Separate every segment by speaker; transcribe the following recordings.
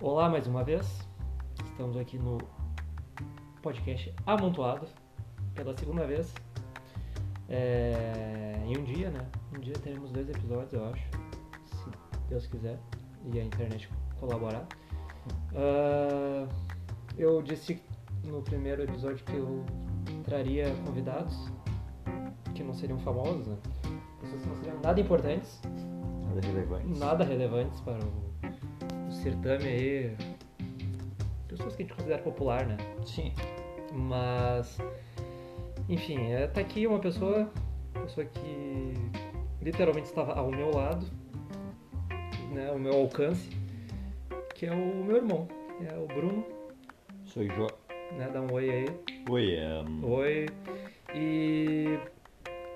Speaker 1: Olá mais uma vez, estamos aqui no podcast Amontoado pela segunda vez. É, Em um dia, né? Um dia teremos dois episódios, eu acho, se Deus quiser e a internet colaborar. Ah, eu disse no primeiro episódio que eu traria convidados que não seriam famosos, né? Pessoas que não seriam nada importantes,
Speaker 2: Nada relevante.
Speaker 1: nada relevantes para o, o certame aí. Pessoas que a gente considera popular, né?
Speaker 2: Sim.
Speaker 1: Mas, enfim, é, tá aqui uma pessoa, pessoa que literalmente estava ao meu lado, né, ao meu alcance, que é o meu irmão, é o Bruno,
Speaker 2: Sou Jo.
Speaker 1: né, dá um oi aí,
Speaker 2: Oi, um,
Speaker 1: oi. E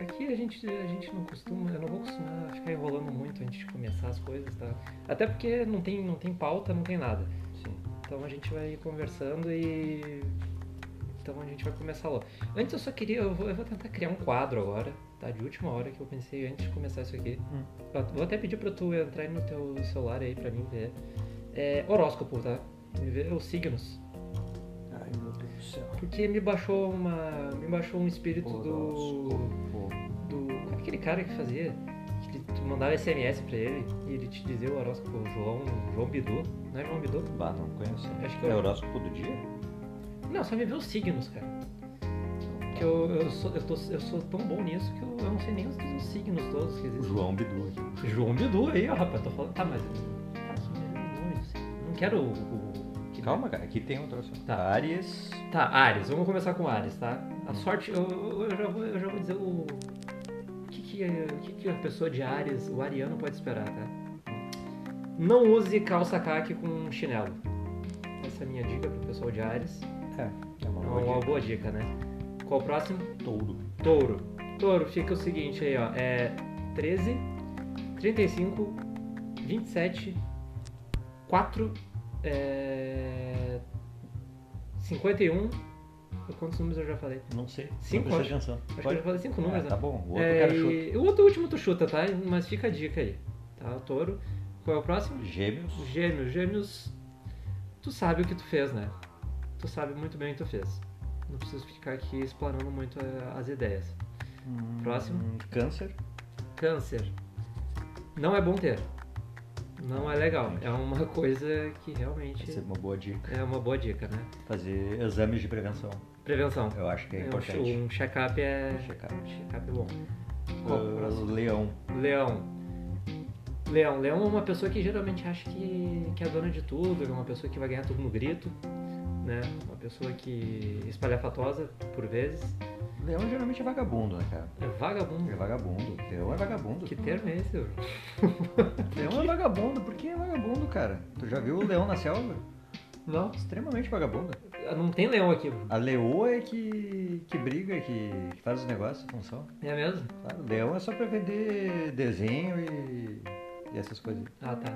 Speaker 1: aqui a gente, a gente não costuma, eu não vou costumar ficar enrolando muito antes de começar as coisas, tá? Até porque não tem, não tem pauta, não tem nada.
Speaker 2: sim.
Speaker 1: Então a gente vai conversando e. Então a gente vai começar logo. Antes eu só queria. Eu vou, eu vou tentar criar um quadro agora, tá? De última hora que eu pensei antes de começar isso aqui.
Speaker 2: Hum.
Speaker 1: Eu Vou até pedir pra tu entrar aí no teu celular aí pra mim ver. É, horóscopo, tá? Me ver os signos.
Speaker 2: Ai, meu Deus do céu.
Speaker 1: Porque me baixou uma. Me baixou um espírito do.
Speaker 2: Horóscopo.
Speaker 1: do. Como é aquele cara que fazia? Que ele- tu mandava SMS pra ele e ele te dizia o horóscopo, o João. João Bidu. Não é João Bidu?
Speaker 2: Bah, não conheço. né?
Speaker 1: Acho que
Speaker 2: é
Speaker 1: eu-
Speaker 2: horóscopo do dia?
Speaker 1: Não, só me vê os signos, cara. Que eu, eu, sou, eu, tô, eu sou tão bom nisso que eu, eu não sei nem os, os signos todos que
Speaker 2: O
Speaker 1: existem.
Speaker 2: João Bidu.
Speaker 1: João Bidu aí, ó, rapaz, tô falando. Tá, mas. Tá, são meus nomes, assim. Não quero o. o- que-
Speaker 2: Calma, cara. Aqui tem um troço.
Speaker 1: Tá.
Speaker 2: Aries.
Speaker 1: Tá, Ares, vamos começar com Ares, tá? A sorte, eu, eu- eu já, vou, eu já vou dizer o. O que, que, é- o que, que a pessoa de Ares, o ariano, pode esperar, tá? Não use calça caque com chinelo. Essa é a minha dica pro pessoal de Ares.
Speaker 2: É. É uma
Speaker 1: É uma
Speaker 2: boa
Speaker 1: boa dica, né? Qual o próximo?
Speaker 2: dica. Touro.
Speaker 1: Touro. Touro, fica o seguinte aí, ó. É 13, 35, 27, 4, é... 51. Quantos números eu já falei?
Speaker 2: Não sei.
Speaker 1: Cinco,
Speaker 2: não
Speaker 1: acho.
Speaker 2: prestei atenção.
Speaker 1: Acho que eu
Speaker 2: Pode-
Speaker 1: já falei 5 números,
Speaker 2: Ah,
Speaker 1: né?
Speaker 2: tá bom. O outro
Speaker 1: É,
Speaker 2: cara chuta.
Speaker 1: e... O outro último tu chuta, tá? Mas fica a dica aí, tá? O touro. Qual é o próximo?
Speaker 2: Gêmeos.
Speaker 1: Gêmeos. Gêmeos, tu sabe o que tu fez, né? Tu sabe muito bem o que tu fez. Não preciso ficar aqui explanando muito eh, as ideias.
Speaker 2: Hum,
Speaker 1: Próximo.
Speaker 2: Câncer.
Speaker 1: Câncer. Não é bom ter. Não é legal. É uma coisa que realmente
Speaker 2: Essa é uma boa dica.
Speaker 1: é uma boa dica, né?
Speaker 2: Fazer exames de prevenção.
Speaker 1: Prevenção.
Speaker 2: Eu acho que é
Speaker 1: É, um che-
Speaker 2: importante.
Speaker 1: um check-up é.
Speaker 2: Checar.
Speaker 1: Check-up é bom. Qual o
Speaker 2: Uh,
Speaker 1: próximo?
Speaker 2: leão.
Speaker 1: Leão. Leão. Leão é uma pessoa que geralmente acha que, que é dona de tudo, é uma pessoa que vai ganhar tudo no grito, né? Uma pessoa que espalhafatosa, por vezes.
Speaker 2: Leão geralmente é vagabundo, né, cara?
Speaker 1: É
Speaker 2: É
Speaker 1: vagabundo.
Speaker 2: vagabundo. Leão é vagabundo.
Speaker 1: Que termo é esse, Bruno?
Speaker 2: Leão é vagabundo, por que é vagabundo, cara? Tu já viu o leão na selva?
Speaker 1: Não.
Speaker 2: Extremamente vagabundo.
Speaker 1: Não tem leão aqui, Bruno.
Speaker 2: A leoa é que, que briga, que, que faz os negócios, a função.
Speaker 1: É mesmo?
Speaker 2: Claro, leão é só pra vender desenho e, e essas coisas.
Speaker 1: Ah, tá.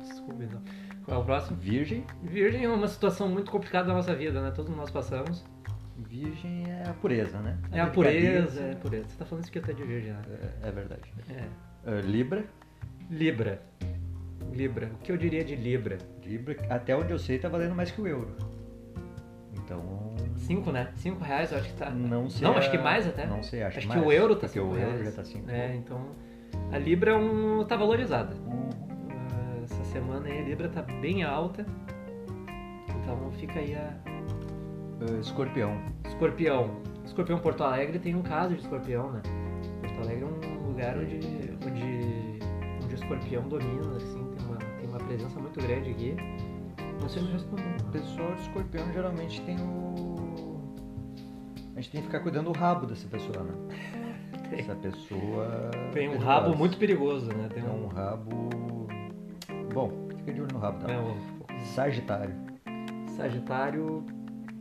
Speaker 1: Desculpa, então. Qual é o próximo?
Speaker 2: Virgem.
Speaker 1: Virgem é uma situação muito complicada da nossa vida, né? Todos nós passamos.
Speaker 2: Virgem é a pureza, né?
Speaker 1: É a
Speaker 2: delicadeza.
Speaker 1: pureza, é a pureza. Você tá falando isso que eu tô de virgem, né?
Speaker 2: É, é verdade.
Speaker 1: É.
Speaker 2: Ah, Libra.
Speaker 1: Libra. Libra. O que eu diria de Libra?
Speaker 2: Libra, até onde eu sei, tá valendo mais que o euro. Então.
Speaker 1: Cinco, né? Cinco reais eu acho que tá.
Speaker 2: Não sei.
Speaker 1: Não,
Speaker 2: a-
Speaker 1: acho que mais até.
Speaker 2: Não sei, acho,
Speaker 1: Acho
Speaker 2: mais,
Speaker 1: que o euro tá
Speaker 2: Porque
Speaker 1: cinco
Speaker 2: o euro
Speaker 1: reais.
Speaker 2: já tá 5.
Speaker 1: É, então... A Libra é um... tá valorizada. Ah, Essa semana aí a Libra tá bem alta. Então fica aí a...
Speaker 2: eh, escorpião.
Speaker 1: Escorpião. Escorpião Porto Alegre tem um caso de escorpião, né? Porto Alegre é um lugar onde, onde, onde o escorpião domina, assim, tem uma, tem uma presença muito grande aqui. Você me respondeu.
Speaker 2: O pessoal de escorpião geralmente tem o. A gente tem que ficar cuidando do rabo dessa pessoa, né?
Speaker 1: Tem.
Speaker 2: Essa pessoa. é
Speaker 1: Tem um
Speaker 2: perigosa.
Speaker 1: rabo muito perigoso, né? Tem
Speaker 2: Tem um
Speaker 1: um.
Speaker 2: rabo. Bom, fica de olho no rabo, tá?
Speaker 1: é um-
Speaker 2: Sagitário.
Speaker 1: Sagitário.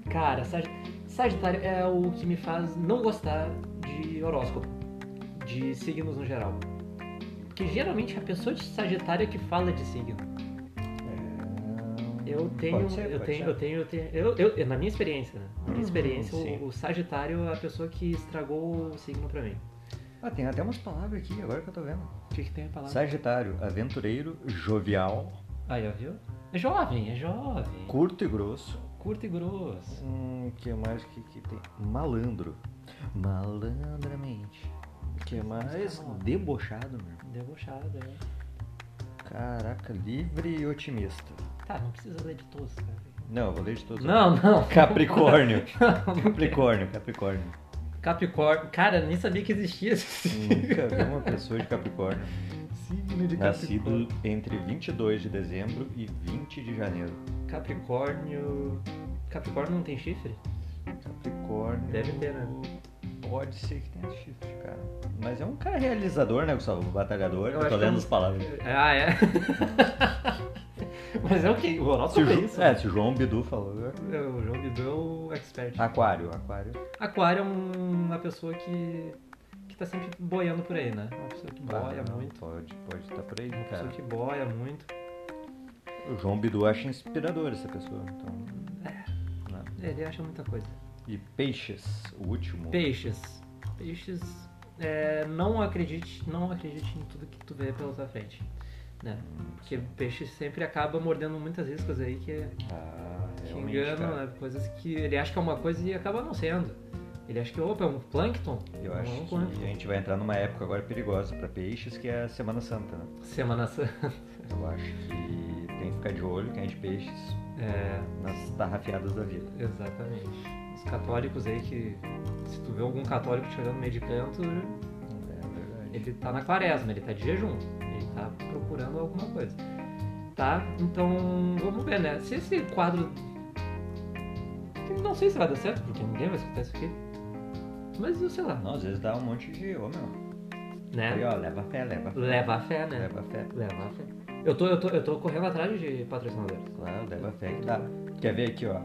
Speaker 1: Cara, sag... Sagitário é o que me faz não gostar de horóscopo, de signos no geral. Porque geralmente a pessoa de Sagitário é que fala de signo. É, Eu tenho,
Speaker 2: Pode ser,
Speaker 1: eu,
Speaker 2: pode
Speaker 1: tenho
Speaker 2: ser.
Speaker 1: eu tenho, eu tenho, eu eu- na minha experiência, né? Na minha
Speaker 2: Uhum,
Speaker 1: experiência,
Speaker 2: sim.
Speaker 1: o, o Sagitário é a pessoa que estragou o signo pra mim.
Speaker 2: Ah, tem até umas palavras aqui, agora que eu tô vendo.
Speaker 1: O que, que tem a palavra?
Speaker 2: Sagitário, aventureiro, jovial,
Speaker 1: Aí, ó, viu? É jovem, é jovem.
Speaker 2: Curto e grosso.
Speaker 1: Curto e grosso.
Speaker 2: Hum, que mais que, que tem? Malandro. Malandramente. Que mais?
Speaker 1: malandro.
Speaker 2: Debochado, meu.
Speaker 1: Debochado, é.
Speaker 2: Caraca, livre e otimista.
Speaker 1: Tá, não precisa ler de todos, cara.
Speaker 2: Não, eu vou ler de todos.
Speaker 1: Não, não.
Speaker 2: Capricórnio.
Speaker 1: Não, não quero.
Speaker 2: Capricórnio, Capricórnio.
Speaker 1: Capricórnio. Cara, nem sabia que existia
Speaker 2: Hum.
Speaker 1: esse signo.
Speaker 2: Nunca vi uma pessoa de Capricórnio.
Speaker 1: Signo de
Speaker 2: Nascido
Speaker 1: Capricórnio.
Speaker 2: entre 22 de dezembro e 20 de janeiro.
Speaker 1: Capricórnio. Capricórnio não tem chifre?
Speaker 2: Capricórnio.
Speaker 1: Deve ter, né?
Speaker 2: Pode ser que tenha chifre, cara. Mas é um cara realizador, né, Gustavo? Batalhador.
Speaker 1: Eu
Speaker 2: Eu,
Speaker 1: acho
Speaker 2: tô
Speaker 1: que é
Speaker 2: lendo
Speaker 1: um-
Speaker 2: as palavras.
Speaker 1: Ah, é. Mas é o que? O Ronaldo
Speaker 2: Se o
Speaker 1: falou
Speaker 2: Ju-
Speaker 1: isso.
Speaker 2: É, se o João Bidu falou. eu-
Speaker 1: É, O João Bidu é o expert.
Speaker 2: Aquário, aquário.
Speaker 1: Aquário é um- uma pessoa que. que tá sempre boiando por aí, né? Uma pessoa que boia
Speaker 2: Ah, É.
Speaker 1: muito.
Speaker 2: Pode, pode estar por aí,
Speaker 1: Uma pessoa
Speaker 2: cara.
Speaker 1: que boia muito.
Speaker 2: O João Bidu acha inspirador essa pessoa, então. né.
Speaker 1: Ele acha muita coisa.
Speaker 2: E peixes, o último.
Speaker 1: Peixes. Peixes. é, não acredite, não acredite em tudo que tu vê pela tua frente. Né?
Speaker 2: Hum,
Speaker 1: Porque peixe sempre acaba mordendo muitas riscas aí que, é
Speaker 2: Ah,
Speaker 1: que
Speaker 2: realmente,
Speaker 1: enganam,
Speaker 2: cara.
Speaker 1: né? Coisas que ele acha que é uma coisa e acaba não sendo. Ele acha que, opa, é um plâncton.
Speaker 2: Eu
Speaker 1: Não é
Speaker 2: acho
Speaker 1: um
Speaker 2: que
Speaker 1: plâncton.
Speaker 2: a gente vai entrar numa época agora perigosa pra peixes, que é a Semana Santa, né?
Speaker 1: Semana Santa.
Speaker 2: Eu acho que tem que ficar de olho quem é de peixes
Speaker 1: É,
Speaker 2: nas tarrafiadas da vida.
Speaker 1: exatamente. Os católicos aí que. Se tu vê algum católico te olhando no meio de canto,
Speaker 2: É verdade.
Speaker 1: ele tá na quaresma, ele tá de jejum, ele tá procurando alguma coisa. Tá? Então, vamos ver, né? Se esse quadro. Não sei se vai dar certo, porque ninguém vai escutar isso aqui. Mas eu sei lá,
Speaker 2: Não, às vezes dá um monte de. Ô meu. Aí,
Speaker 1: né?
Speaker 2: ó, leva a fé, leva a fé.
Speaker 1: Leva a fé, né?
Speaker 2: Leva a fé.
Speaker 1: Leva a fé. Eu tô, eu tô, eu tô correndo atrás de patrocinadores.
Speaker 2: Claro, leva a fé que dá. Quer ver aqui, ó?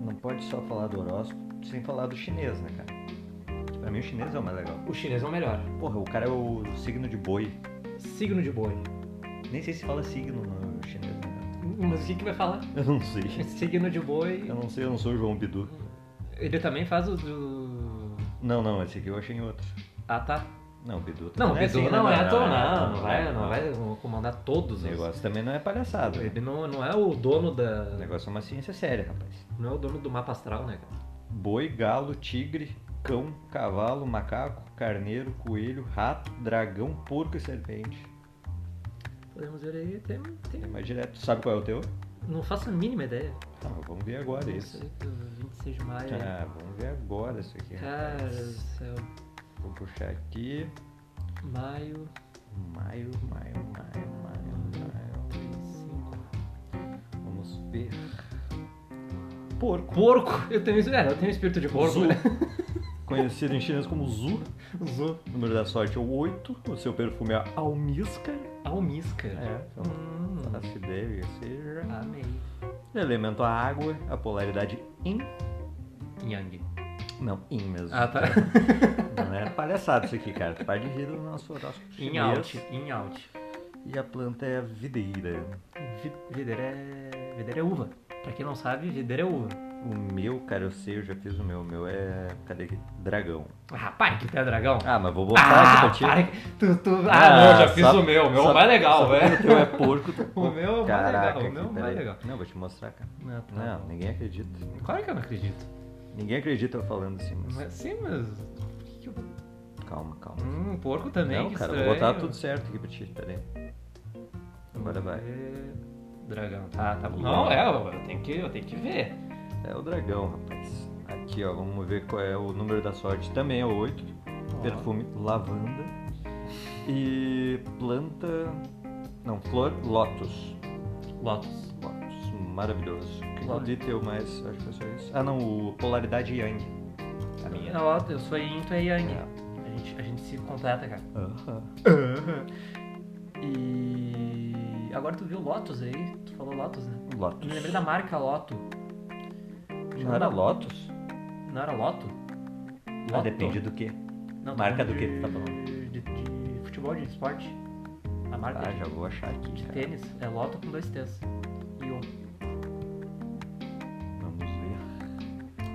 Speaker 2: Não pode só falar do horóscopo sem falar do chinês, né, cara? Pra mim o chinês é o mais legal.
Speaker 1: O chinês é o melhor.
Speaker 2: Porra, o cara é o signo de boi.
Speaker 1: Signo de boi.
Speaker 2: Nem sei se fala signo no chinês, né?
Speaker 1: Hum, Mas o que, que vai falar?
Speaker 2: Eu não sei.
Speaker 1: Signo de boi.
Speaker 2: Eu não sei, eu não sou o João Bidu.
Speaker 1: Ele também faz o do.
Speaker 2: Não, não, esse aqui eu achei em outro.
Speaker 1: Ah, tá.
Speaker 2: Não, o Bidu
Speaker 1: Não, o
Speaker 2: também é
Speaker 1: Bidu
Speaker 2: signo,
Speaker 1: não é ator, não. Não vai, não vai comandar todos
Speaker 2: O
Speaker 1: os.
Speaker 2: negócio também não é palhaçada. né?
Speaker 1: Ele não, não é o dono
Speaker 2: O
Speaker 1: da.
Speaker 2: negócio é uma ciência séria, rapaz.
Speaker 1: Não é o dono do mapa astral, né, cara?
Speaker 2: Boi, galo, tigre, cão, cavalo, macaco, carneiro, coelho, rato, dragão, porco e serpente.
Speaker 1: Podemos ver aí, tem.
Speaker 2: É
Speaker 1: tem...
Speaker 2: mais direto. Sabe qual é o teu?
Speaker 1: Não faço a mínima ideia.
Speaker 2: Tá, mas vamos ver agora isso.
Speaker 1: Não sei, 26 de maio.
Speaker 2: Ah, vamos ver agora isso aqui.
Speaker 1: Cara do
Speaker 2: rapaz.
Speaker 1: céu.
Speaker 2: Vou puxar aqui.
Speaker 1: Maio
Speaker 2: Maio, maio, maio, maio, maio.
Speaker 1: 35.
Speaker 2: Vamos ver. Porco.
Speaker 1: Porco! Eu tenho isso. É, eu tenho espírito de porco.
Speaker 2: Zu.
Speaker 1: né?
Speaker 2: Conhecido em chinês como Zu.
Speaker 1: Zu.
Speaker 2: O número da sorte é o 8. O seu perfume é almisca.
Speaker 1: Almisca.
Speaker 2: É, então.
Speaker 1: um Hum,
Speaker 2: Faço ideia do que seja.
Speaker 1: amei.
Speaker 2: Elemento a água, a polaridade in.
Speaker 1: Yang.
Speaker 2: Não, in mesmo.
Speaker 1: Ah, tá.
Speaker 2: Não é palhaçada isso aqui, cara. Tu Para de rir do nosso horóscopo
Speaker 1: In
Speaker 2: chinês.
Speaker 1: out. In out.
Speaker 2: E a planta é a videira.
Speaker 1: Vi- Videira é. Videira é uva. Pra quem não sabe, videira é uva.
Speaker 2: O meu, cara, eu sei, eu já fiz o meu. O meu é. Cadê aqui? Dragão.
Speaker 1: Ah, pai, que tu é dragão.
Speaker 2: Ah, mas vou botar
Speaker 1: ah,
Speaker 2: aqui pra ti.
Speaker 1: para que- tu, tu... ah, não, eu já fiz
Speaker 2: só-
Speaker 1: o meu. O meu é
Speaker 2: só-
Speaker 1: o mais legal,
Speaker 2: só porque
Speaker 1: velho.
Speaker 2: O teu é porco. tu-
Speaker 1: O meu é o mais legal,
Speaker 2: Caraca,
Speaker 1: o meu é o
Speaker 2: aqui, peraí.
Speaker 1: mais legal.
Speaker 2: Não, vou te mostrar, cara.
Speaker 1: Ah, tá.
Speaker 2: Não, ninguém acredita.
Speaker 1: Claro que eu não acredito.
Speaker 2: Ninguém acredita eu falando assim, mas.
Speaker 1: Mas, sim, mas. por que que eu vou-
Speaker 2: Calma, calma.
Speaker 1: Hum, porco também.
Speaker 2: não,
Speaker 1: que
Speaker 2: cara, eu
Speaker 1: estranho.
Speaker 2: vou botar tudo certo aqui pra ti, peraí. Agora vai.
Speaker 1: É, Dragão. Tá, tá bom. Não, é, eu eu tenho que, eu tenho que ver.
Speaker 2: É o dragão, rapaz. Aqui, ó, vamos ver qual é o número da sorte. Também é o 8.
Speaker 1: Ó.
Speaker 2: Perfume lavanda. E planta. Não, flor lotus.
Speaker 1: Lotus.
Speaker 2: Lotus, maravilhoso. O que que eu
Speaker 1: Lotus.
Speaker 2: li teu mais? Acho que foi só isso. Ah, não, o polaridade yang. A minha.
Speaker 1: É Lotus, eu sou Yin, tu é Yang.
Speaker 2: É.
Speaker 1: A, gente, a gente se completa, cara.
Speaker 2: Aham.
Speaker 1: E. Agora tu viu Lotus aí? Tu falou Lotus, né? Eu
Speaker 2: Lotus.
Speaker 1: me lembrei da marca Loto.
Speaker 2: Não era Lotus?
Speaker 1: Não era Loto?
Speaker 2: Ah, depende do que.
Speaker 1: Não, tô
Speaker 2: Marca
Speaker 1: falando
Speaker 2: do que
Speaker 1: de-
Speaker 2: tu tá falando?
Speaker 1: De, de futebol, de esporte. A marca
Speaker 2: Ah,
Speaker 1: de,
Speaker 2: já vou achar aqui.
Speaker 1: de
Speaker 2: cara.
Speaker 1: tênis é Lotto com dois T's. E um.
Speaker 2: Vamos ver.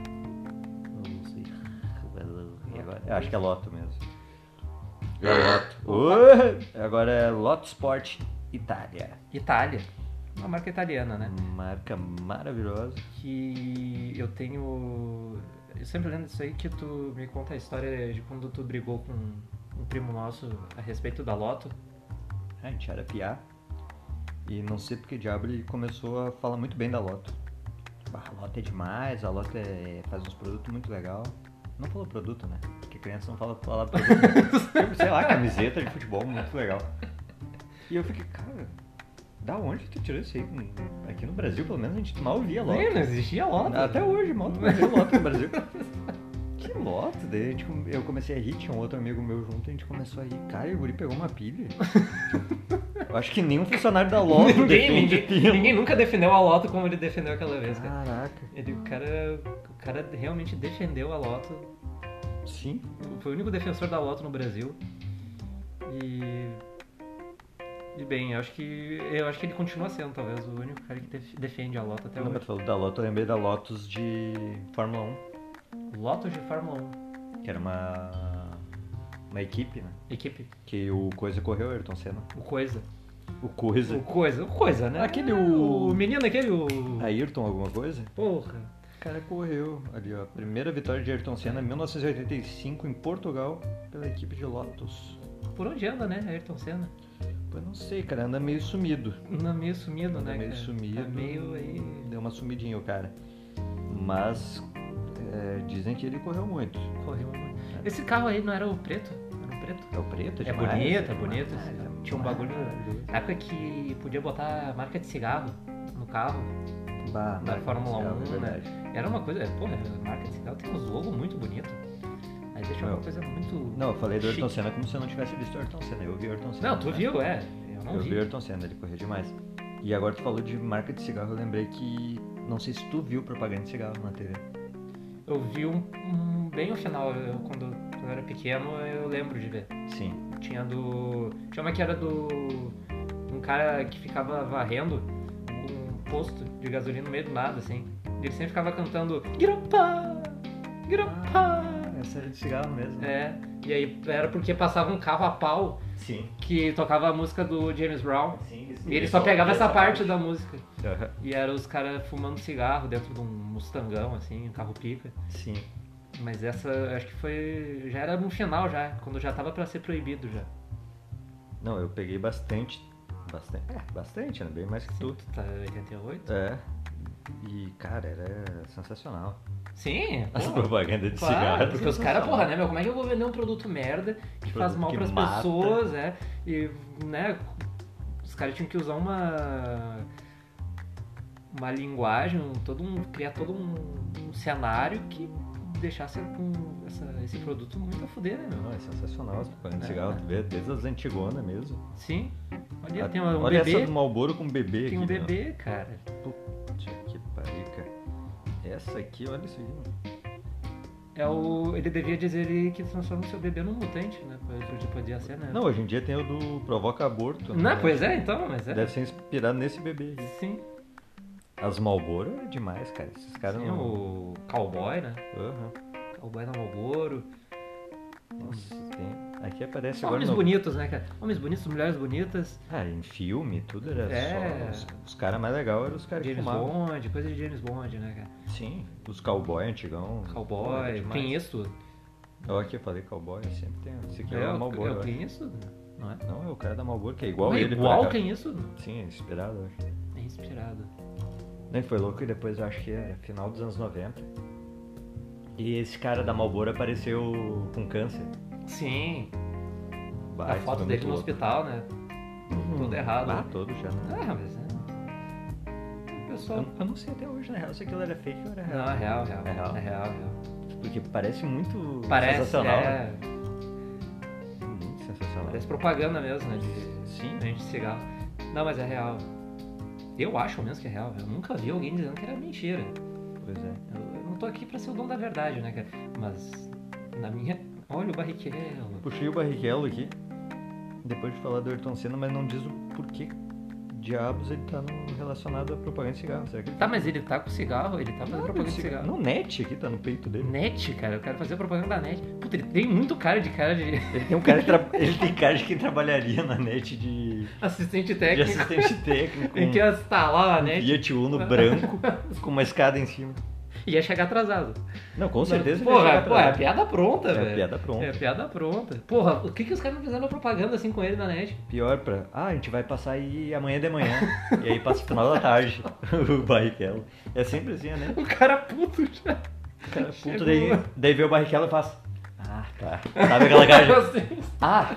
Speaker 2: Vamos ver. Vamos ver agora. Eu acho que é Loto mesmo. É Loto. Ui! Agora é Loto Sport Itália.
Speaker 1: Itália. uma marca italiana, né?
Speaker 2: Marca maravilhosa.
Speaker 1: Que eu tenho. Eu sempre lembro disso aí que tu me conta a história de quando tu brigou com um primo nosso a respeito da Loto.
Speaker 2: É, A gente era piá. E não sei porque diabo ele começou a falar muito bem da Loto. Tipo, "Ah, a Loto é demais, a Loto é- faz uns produtos muito legal. Não falou produto, né? Porque criança não fala falar produto. né? Tipo, sei lá, camiseta de futebol muito legal. E eu fiquei, cara, da onde tu tirou isso aí? Aqui no Brasil, pelo menos, a gente mal ouvia Loto.
Speaker 1: Ih, Não existia Loto.
Speaker 2: Até hoje, mal tu vai ver loto no Brasil. que loto? Daí a gente come- eu comecei a rir, tinha um outro amigo meu junto, a gente começou a rir. Cara, e o guri pegou uma pilha. Eu acho que nenhum funcionário da loto
Speaker 1: ninguém,
Speaker 2: defende Ah.
Speaker 1: ninguém,
Speaker 2: pilha.
Speaker 1: ninguém nunca defendeu a Loto como ele defendeu aquela vez, cara.
Speaker 2: um. Caraca,
Speaker 1: Ele, o, cara, o cara realmente defendeu a Loto.
Speaker 2: sim.
Speaker 1: Foi o único defensor da Loto no Brasil. E. E bem, eu acho que. Eu acho que ele continua sendo, talvez, o único cara que def- defende a Loto até
Speaker 2: Lembra
Speaker 1: É hoje.
Speaker 2: tu falou da loto, eu lembrei da Lotus de Fórmula
Speaker 1: Loto de Fórmula 1.
Speaker 2: 1, que era uma, uma equipe, né?
Speaker 1: Equipe.
Speaker 2: Que o Coisa correu, Ayrton Senna.
Speaker 1: O Coisa.
Speaker 2: O Coisa.
Speaker 1: O Coisa. O Coisa, né?
Speaker 2: Aquele,
Speaker 1: É,
Speaker 2: o-
Speaker 1: O menino aquele, o.
Speaker 2: Ayrton alguma coisa?
Speaker 1: Porra.
Speaker 2: O cara correu ali, ó. Primeira vitória de Ayrton Senna em 1985 em Portugal pela equipe de Lotus.
Speaker 1: Por onde anda, né? Ayrton Senna.
Speaker 2: Pô, eu não sei, cara, anda meio sumido.
Speaker 1: Anda meio sumido,
Speaker 2: Anda
Speaker 1: né?
Speaker 2: meio
Speaker 1: cara?
Speaker 2: sumido.
Speaker 1: Tá meio aí.
Speaker 2: Deu uma sumidinha o cara. Mas é, dizem que ele correu muito.
Speaker 1: Correu muito. Esse carro aí não era o preto? Era o preto?
Speaker 2: É o preto,
Speaker 1: É
Speaker 2: demais,
Speaker 1: bonito, é
Speaker 2: demais,
Speaker 1: bonito.
Speaker 2: é
Speaker 1: Tinha um bagulho-
Speaker 2: maravilhoso.
Speaker 1: Na época que podia botar marca de cigarro no carro.
Speaker 2: Bah,
Speaker 1: da
Speaker 2: mas-
Speaker 1: Fórmula
Speaker 2: é,
Speaker 1: 1,
Speaker 2: é
Speaker 1: né?
Speaker 2: verdade.
Speaker 1: Era uma coisa, porra, a marca de cigarro tem uns logos muito bonito. Aí deixa uma
Speaker 2: Não.
Speaker 1: coisa muito.
Speaker 2: Não, eu falei do Ayrton
Speaker 1: Chique.
Speaker 2: Senna como se eu não tivesse visto o Ayrton Senna. Eu vi o Ayrton Senna.
Speaker 1: Não, tu
Speaker 2: né?
Speaker 1: viu, é. Eu não
Speaker 2: Eu
Speaker 1: vi.
Speaker 2: vi o Ayrton Senna, ele correu demais. E agora tu falou de marca de cigarro, eu lembrei que. Não sei se tu viu propaganda de cigarro na TV.
Speaker 1: Eu vi um, um- bem no final, eu- quando, quando eu era pequeno, eu lembro de ver.
Speaker 2: Sim.
Speaker 1: Tinha do. Tinha uma que era do. Um cara que ficava varrendo um posto de gasolina no meio do nada, assim. E ele sempre ficava cantando Guirapá! Guirapá!
Speaker 2: Essa era de cigarro mesmo.
Speaker 1: É. E aí era porque passava um carro a pau
Speaker 2: Sim.
Speaker 1: que tocava a música do James Brown.
Speaker 2: Sim,
Speaker 1: E ele só pegava essa parte da música. E eram os caras fumando cigarro dentro de um mustangão, assim, um carro pica.
Speaker 2: Sim.
Speaker 1: Mas essa, eu acho que foi. Já era no final, já. Quando já tava pra ser proibido já.
Speaker 2: Não, eu peguei bastante. Bastante. É, bastante, né? Bem mais que tu.
Speaker 1: Tu tá 88?
Speaker 2: É. E, cara, era sensacional.
Speaker 1: Sim!
Speaker 2: As
Speaker 1: pô,
Speaker 2: propagandas de
Speaker 1: Claro,
Speaker 2: cigarro.
Speaker 1: porque os caras, porra, né, meu? Como é que eu vou vender um produto merda que
Speaker 2: Produto
Speaker 1: faz mal
Speaker 2: que
Speaker 1: pras
Speaker 2: mata.
Speaker 1: pessoas, né? E, né, os caras tinham que usar uma. Uma linguagem, um- todo um. criar todo um, um cenário que deixasse com essa- esse produto muito a fuder, né, meu?
Speaker 2: Não, é sensacional as propagandas de
Speaker 1: É,
Speaker 2: cigarro.
Speaker 1: né?
Speaker 2: Tu vê desde as antigonas mesmo.
Speaker 1: Sim. Olha,
Speaker 2: Ah,
Speaker 1: tem um
Speaker 2: Olha
Speaker 1: bebê.
Speaker 2: essa do Malboro com bebê
Speaker 1: Tem um
Speaker 2: aqui. né?
Speaker 1: bebê, cara.
Speaker 2: Puta que pariu, cara. Essa aqui, olha isso aqui, mano.
Speaker 1: É o. Ele devia dizer ele que transforma o seu bebê num mutante, né? Podia, podia ser, né?
Speaker 2: Não, hoje em dia tem o do Provoca Aborto. né?
Speaker 1: Não, pois é, então, mas é.
Speaker 2: Deve ser inspirado nesse bebê aí.
Speaker 1: Sim.
Speaker 2: As Malboro é demais, cara. Esses caras
Speaker 1: Sim,
Speaker 2: não.
Speaker 1: o cowboy, né?
Speaker 2: Aham.
Speaker 1: Cowboy na Malboro.
Speaker 2: Nossa, tem. Aqui aparece agora.
Speaker 1: Homens
Speaker 2: no-
Speaker 1: bonitos, né, cara? Homens bonitos, mulheres bonitas.
Speaker 2: Ah, em filme, tudo era
Speaker 1: É.
Speaker 2: só. Os, os caras mais legais eram os caras que
Speaker 1: James
Speaker 2: fumavam.
Speaker 1: Bond, coisa de James Bond, né, cara?
Speaker 2: Sim. Os cowboy antigão. Pô, era
Speaker 1: Cowboy,
Speaker 2: Hum, é demais.
Speaker 1: Clint Eastwood.
Speaker 2: Ó, aqui eu falei cowboy, sempre tem. Esse aqui é,
Speaker 1: É,
Speaker 2: o
Speaker 1: o-
Speaker 2: Malboro.
Speaker 1: é
Speaker 2: eu
Speaker 1: o
Speaker 2: acho.
Speaker 1: Clint Eastwood, não é?
Speaker 2: Não, é o cara da Malboro, que é igual
Speaker 1: Não é
Speaker 2: ele. por
Speaker 1: igual
Speaker 2: acaso.
Speaker 1: Clint Eastwood? né?
Speaker 2: Sim, é inspirado, eu acho.
Speaker 1: É inspirado.
Speaker 2: Nem Né, foi louco e depois eu acho que era final dos anos 90. E esse cara da Malboro apareceu com câncer.
Speaker 1: Sim,
Speaker 2: Bah,
Speaker 1: a
Speaker 2: Ah, isso
Speaker 1: foto
Speaker 2: foi
Speaker 1: dele no
Speaker 2: muito louco.
Speaker 1: hospital, né? tudo errado.
Speaker 2: Ah, todo já, né?
Speaker 1: Ah, mas é. O pessoal.
Speaker 2: Eu, eu não sei até hoje, na real, se aquilo era fake ou era real.
Speaker 1: Não, é real, real.
Speaker 2: É real?
Speaker 1: É real, real.
Speaker 2: Porque parece muito
Speaker 1: Parece,
Speaker 2: sensacional. né?
Speaker 1: é,
Speaker 2: Muito sensacional.
Speaker 1: parece propaganda mesmo, né? De,
Speaker 2: Sim,
Speaker 1: gente de cigarro. Não, mas é real. Eu acho ao menos que é real. Eu nunca vi alguém dizendo que era mentira.
Speaker 2: pois é.
Speaker 1: Eu, eu não tô aqui pra ser o dono da verdade, né, cara? Mas na minha. Olha o Barrichello.
Speaker 2: Puxei o Barrichello aqui, depois de falar do Ayrton Senna, mas não diz o porquê diabos ele tá no- relacionado à propaganda de cigarro? Será que ele
Speaker 1: Tá, mas ele tá com cigarro, ele tá fazendo
Speaker 2: Claro,
Speaker 1: propaganda de
Speaker 2: esse-
Speaker 1: cigarro.
Speaker 2: Não, net aqui tá no peito dele.
Speaker 1: Net, cara, eu quero fazer propaganda da Net. Puta, ele tem muito cara de cara de
Speaker 2: Ele tem um cara que tra- ele tem cara de quem trabalharia na net de,
Speaker 1: assistente
Speaker 2: de
Speaker 1: técnico.
Speaker 2: assistente técnico.
Speaker 1: Tem que
Speaker 2: um-
Speaker 1: instalar a
Speaker 2: um
Speaker 1: Net
Speaker 2: Fiat Uno branco com uma escada em cima.
Speaker 1: e ia chegar atrasado.
Speaker 2: Não, com certeza ele ia
Speaker 1: Porra,
Speaker 2: chegar
Speaker 1: pô, é
Speaker 2: atrasado.
Speaker 1: piada pronta,
Speaker 2: É
Speaker 1: velho.
Speaker 2: piada pronta.
Speaker 1: É piada pronta. Porra, o que, que os caras não fizeram na propaganda assim com ele na net?
Speaker 2: Pior pra. Ah, a gente vai passar aí amanhã de manhã. e aí passa o final da tarde. o Barrichello. É sempre assim, né?
Speaker 1: O Um cara puto já.
Speaker 2: O cara puto,
Speaker 1: Chegou.
Speaker 2: daí, daí vê o Barrichello e faz. Ah, tá. Sabe aquela cara? de-
Speaker 1: Assim.
Speaker 2: Ah!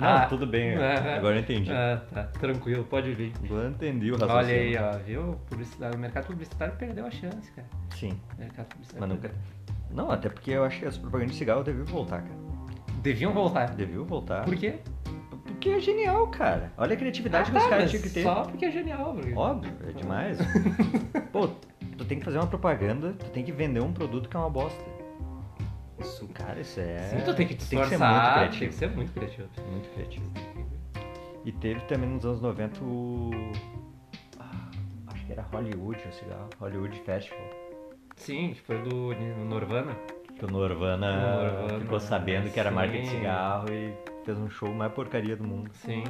Speaker 2: Não,
Speaker 1: Ah.
Speaker 2: tudo bem.
Speaker 1: Ah.
Speaker 2: Agora eu entendi.
Speaker 1: Ah, tá. Tranquilo, pode vir.
Speaker 2: Agora eu entendi o raciocínio.
Speaker 1: Olha aí, ó, viu? Publicidade, o mercado publicitário perdeu a chance, cara.
Speaker 2: Sim,
Speaker 1: O mercado publicitário.
Speaker 2: mas nunca.
Speaker 1: perdeu.
Speaker 2: Não, até porque eu acho que essa propaganda de cigarro deviam voltar, cara.
Speaker 1: Deviam voltar.
Speaker 2: Deviam voltar.
Speaker 1: Por quê?
Speaker 2: Porque é genial, cara. Olha a criatividade
Speaker 1: Ah,
Speaker 2: que os
Speaker 1: tá,
Speaker 2: caras
Speaker 1: mas
Speaker 2: tinham que ter.
Speaker 1: Só porque é genial, porque...
Speaker 2: Óbvio, é demais. Pô, tu tem que fazer uma propaganda, tu tem que vender um produto que é uma bosta. Isso, cara, isso é.
Speaker 1: Sim, tu tem que te
Speaker 2: tem que ser muito
Speaker 1: esforçar, tem que
Speaker 2: criativo.
Speaker 1: ser muito criativo.
Speaker 2: Muito criativo. E teve também nos anos 90 o. Ah, Acho que era Hollywood o cigarro. Hollywood Festival.
Speaker 1: Sim, que foi do Norvana.
Speaker 2: Que o Norvana,
Speaker 1: O Norvana,
Speaker 2: ficou sabendo que era marca de
Speaker 1: sim.
Speaker 2: cigarro e fez um show mais porcaria do mundo.
Speaker 1: Sim.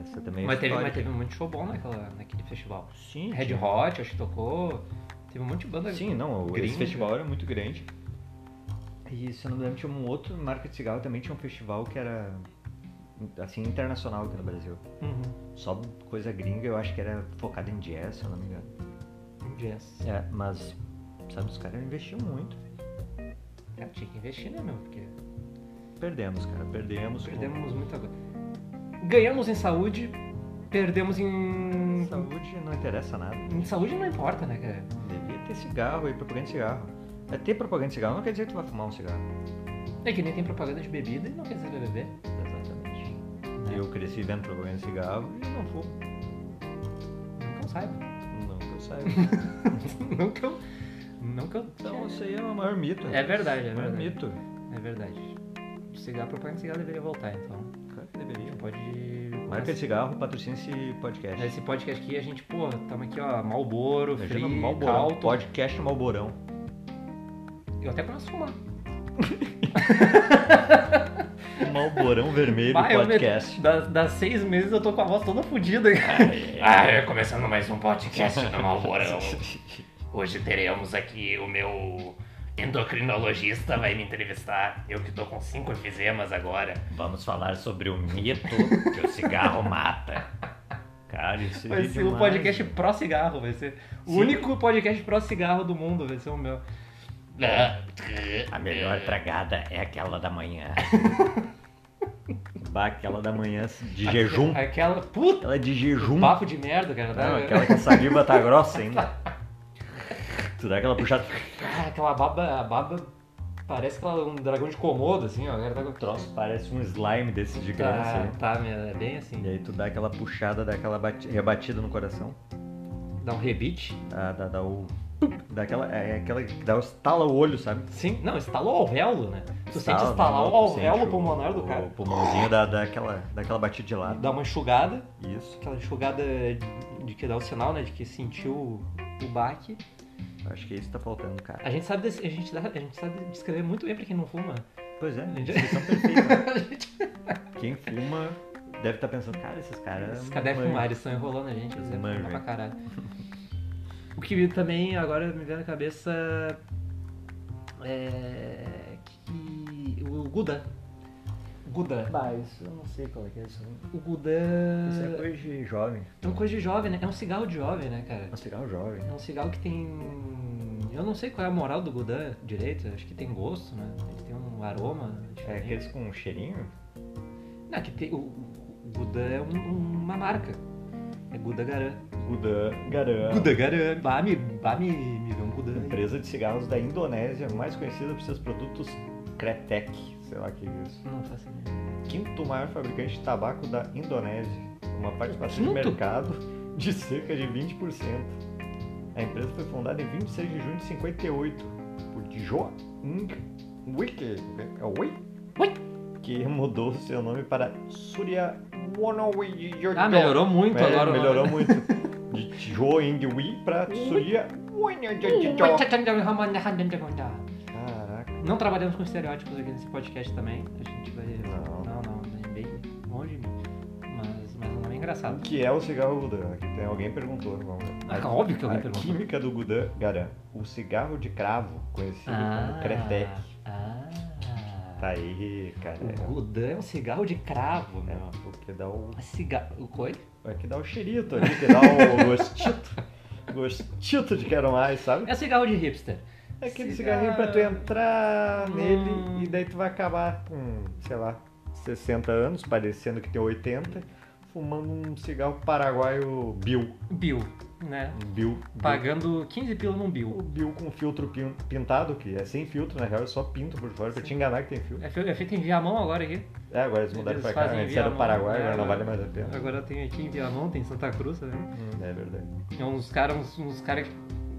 Speaker 2: Essa também é
Speaker 1: mas, teve,
Speaker 2: histórica.
Speaker 1: mas teve muito show bom naquela, naquele festival.
Speaker 2: Sim,
Speaker 1: Red
Speaker 2: tinha-
Speaker 1: Hot, acho que tocou. Teve um monte de banda.
Speaker 2: Sim, não, o esse
Speaker 1: Gringa.
Speaker 2: festival era muito grande. E se eu não me lembro, tinha um outro marca de cigarro também, tinha um festival que era assim, internacional aqui no Brasil.
Speaker 1: Uhum.
Speaker 2: Só coisa gringa, eu acho que era focado em jazz, se eu não me engano.
Speaker 1: Um Jazz.
Speaker 2: É, mas, sabe, os caras investiam muito.
Speaker 1: Cara, tinha que investir, né, meu? Porque
Speaker 2: Perdemos, cara, perdemos. com-
Speaker 1: perdemos muita coisa. Ganhamos em saúde, perdemos em.
Speaker 2: Saúde não interessa nada.
Speaker 1: Em saúde não importa, né, cara?
Speaker 2: Devia ter cigarro e propaganda de cigarro. É, ter propaganda de cigarro não quer dizer que tu vai fumar um cigarro.
Speaker 1: É que nem tem propaganda de bebida e não quer dizer que vai beber.
Speaker 2: Exatamente.
Speaker 1: É.
Speaker 2: Eu cresci vendo propaganda de cigarro e não fumo.
Speaker 1: Nunca eu saiba.
Speaker 2: Não que eu saiba.
Speaker 1: não que eu. Não que eu.
Speaker 2: Então isso aí é o maior mito.
Speaker 1: É verdade, é
Speaker 2: maior
Speaker 1: verdade.
Speaker 2: mito.
Speaker 1: É verdade. O cigarro, a propaganda de cigarro deveria voltar, então.
Speaker 2: Claro que
Speaker 1: A gente
Speaker 2: deveria.
Speaker 1: pode.
Speaker 2: Marca de cigarro, patrocina esse podcast.
Speaker 1: Esse podcast aqui, a gente, pô, tamo aqui, ó, Malboro, Free,
Speaker 2: Imagina o Malborão.
Speaker 1: Calton.
Speaker 2: Podcast Malborão.
Speaker 1: Eu até começo a fumar.
Speaker 2: O Um Malborão Vermelho
Speaker 1: Vai, eu me-
Speaker 2: Podcast.
Speaker 1: Das, das seis meses eu tô com a voz toda fodida.
Speaker 3: Ah, é, começando mais um podcast do Malvorão. Hoje teremos aqui o meu endocrinologista vai me entrevistar. Eu que tô com cinco enfisemas agora.
Speaker 2: Vamos falar sobre o mito que o cigarro mata. Cara, isso
Speaker 1: Vai ser o podcast pró-cigarro, vai ser o
Speaker 2: Sim.
Speaker 1: único podcast pró-cigarro do mundo, vai ser o meu.
Speaker 3: Ah,
Speaker 2: A melhor tragada é aquela da manhã. bah, aquela da manhã assim, de jejum.
Speaker 1: Aquela. Puta!
Speaker 2: Aquela de jejum.
Speaker 1: Papo de merda, cara. tá?
Speaker 2: Não, aquela que a saliva tá grossa ainda. Tu dá aquela puxada.
Speaker 1: Ah, aquela baba. A baba parece que ela é um dragão de comodo, assim, ó. O cara tá com
Speaker 2: troço parece um slime desse de graça.
Speaker 1: Tá,
Speaker 2: né?
Speaker 1: tá, meu, é bem
Speaker 2: E
Speaker 1: assim.
Speaker 2: aí tu dá aquela puxada, dá aquela bati- rebatida no coração.
Speaker 1: Dá um rebite.
Speaker 2: Dá, dá, dá o. Dá aquela, é aquela que dá, o- estala o olho, sabe?
Speaker 1: Sim, não, estalou o alvéolo, né? Tu
Speaker 2: Estala,
Speaker 1: sente estalar
Speaker 2: não,
Speaker 1: o
Speaker 2: tu sente
Speaker 1: alvéolo
Speaker 2: o-
Speaker 1: pulmonar do cara.
Speaker 2: O pulmãozinho dá, dá, aquela, dá aquela batida de lado.
Speaker 1: Dá uma enxugada,
Speaker 2: Isso.
Speaker 1: aquela enxugada de que dá o sinal, né? De que sentiu o- o baque.
Speaker 2: Acho que isso tá faltando, cara.
Speaker 1: A gente sabe, desse- a gente, dá- a gente sabe descrever muito bem pra quem não fuma.
Speaker 2: Pois é,
Speaker 1: A gente-
Speaker 2: descrição perfeita. né? Quem fuma deve estar pensando, cara, esses caras.
Speaker 1: Esses caras devem
Speaker 2: manjam.
Speaker 1: fumar, eles estão enrolando a gente, eles devem
Speaker 2: Manjo,
Speaker 1: fumar pra
Speaker 2: hein?
Speaker 1: caralho. O que também agora me vem na cabeça é que o Gudan. Gudan.
Speaker 2: Bah, isso eu não sei qual é que é isso.
Speaker 1: O Gudan
Speaker 2: Isso é coisa de jovem.
Speaker 1: é uma coisa de jovem, né? É um cigarro de jovem, né, cara?
Speaker 2: Nossa, legal, jovem.
Speaker 1: É um cigarro que tem. Eu não sei qual é a moral do Gudan direito, acho que tem gosto, né? Ele tem um aroma
Speaker 2: É
Speaker 1: diferente.
Speaker 2: aqueles com cheirinho?
Speaker 1: Não, que tem. O, o Gudan é um- uma marca. É Gudan Garan.
Speaker 2: Gudan, É. Garan.
Speaker 1: Gudan Garan. Bah, me, bah, me, me vê um Gudan. aí.
Speaker 2: Empresa de cigarros da Indonésia, mais conhecida por seus produtos Kretek, sei lá o que é isso.
Speaker 1: Não tá assim. faço ideia.
Speaker 2: Quinto maior fabricante de tabaco da Indonésia, uma participação de
Speaker 1: Quinto?
Speaker 2: mercado de cerca de 20%. A empresa foi fundada em 26 de junho de 58 por Jo Ng Wicke, é Wicke, que mudou seu nome para Surya Wonowi
Speaker 1: Ah, melhorou muito
Speaker 2: É,
Speaker 1: agora. o nome.
Speaker 2: melhorou muito. De Jo Ingwi pra Surya Wonowi. Caraca,
Speaker 1: Não trabalhamos com estereótipos aqui nesse podcast também. A gente vai.
Speaker 2: Não.
Speaker 1: não, não é bem longe. Mas, mas o nome é engraçado.
Speaker 2: o que é o cigarro Gudan? Aqui tem- alguém perguntou. Vamos ver.
Speaker 1: Ah, cara, óbvio que alguém
Speaker 2: a
Speaker 1: perguntou.
Speaker 2: química do Gudan, cara, o cigarro de cravo, conhecido como Cretec.
Speaker 1: Ah.
Speaker 2: Tá aí, cara.
Speaker 1: O Gudan é um cigarro de cravo,
Speaker 2: É,
Speaker 1: meu.
Speaker 2: o que dá o.
Speaker 1: Cigarro. O coi?
Speaker 2: É que dá o cheirito ali, que dá o gostito. Gostito de quero mais, sabe?
Speaker 1: É cigarro de hipster.
Speaker 2: É aquele
Speaker 1: Cigarro.
Speaker 2: cigarrinho pra tu entrar
Speaker 1: Hum.
Speaker 2: nele e daí tu vai acabar com, sei lá, 60 anos, parecendo que tem 80, fumando um cigarro paraguaio Bill.
Speaker 1: Bill, né?
Speaker 2: Um Bill. Bill.
Speaker 1: Pagando 15 pila num Bill.
Speaker 2: O Bill com filtro pin- pintado, que é sem filtro, na real, é só pinto por fora pra te enganar que tem filtro.
Speaker 1: É fe- é feito em Viamão agora aqui.
Speaker 2: É, agora eles mudaram
Speaker 1: Eles
Speaker 2: pra cá,
Speaker 1: fazem
Speaker 2: antes era
Speaker 1: via-
Speaker 2: Paraguai,
Speaker 1: é,
Speaker 2: agora não
Speaker 1: agora-
Speaker 2: vale mais a pena.
Speaker 1: Agora tem aqui em Viamão, tem em Santa Cruz também.
Speaker 2: Hum, É verdade.
Speaker 1: É uns caras uns, uns cara,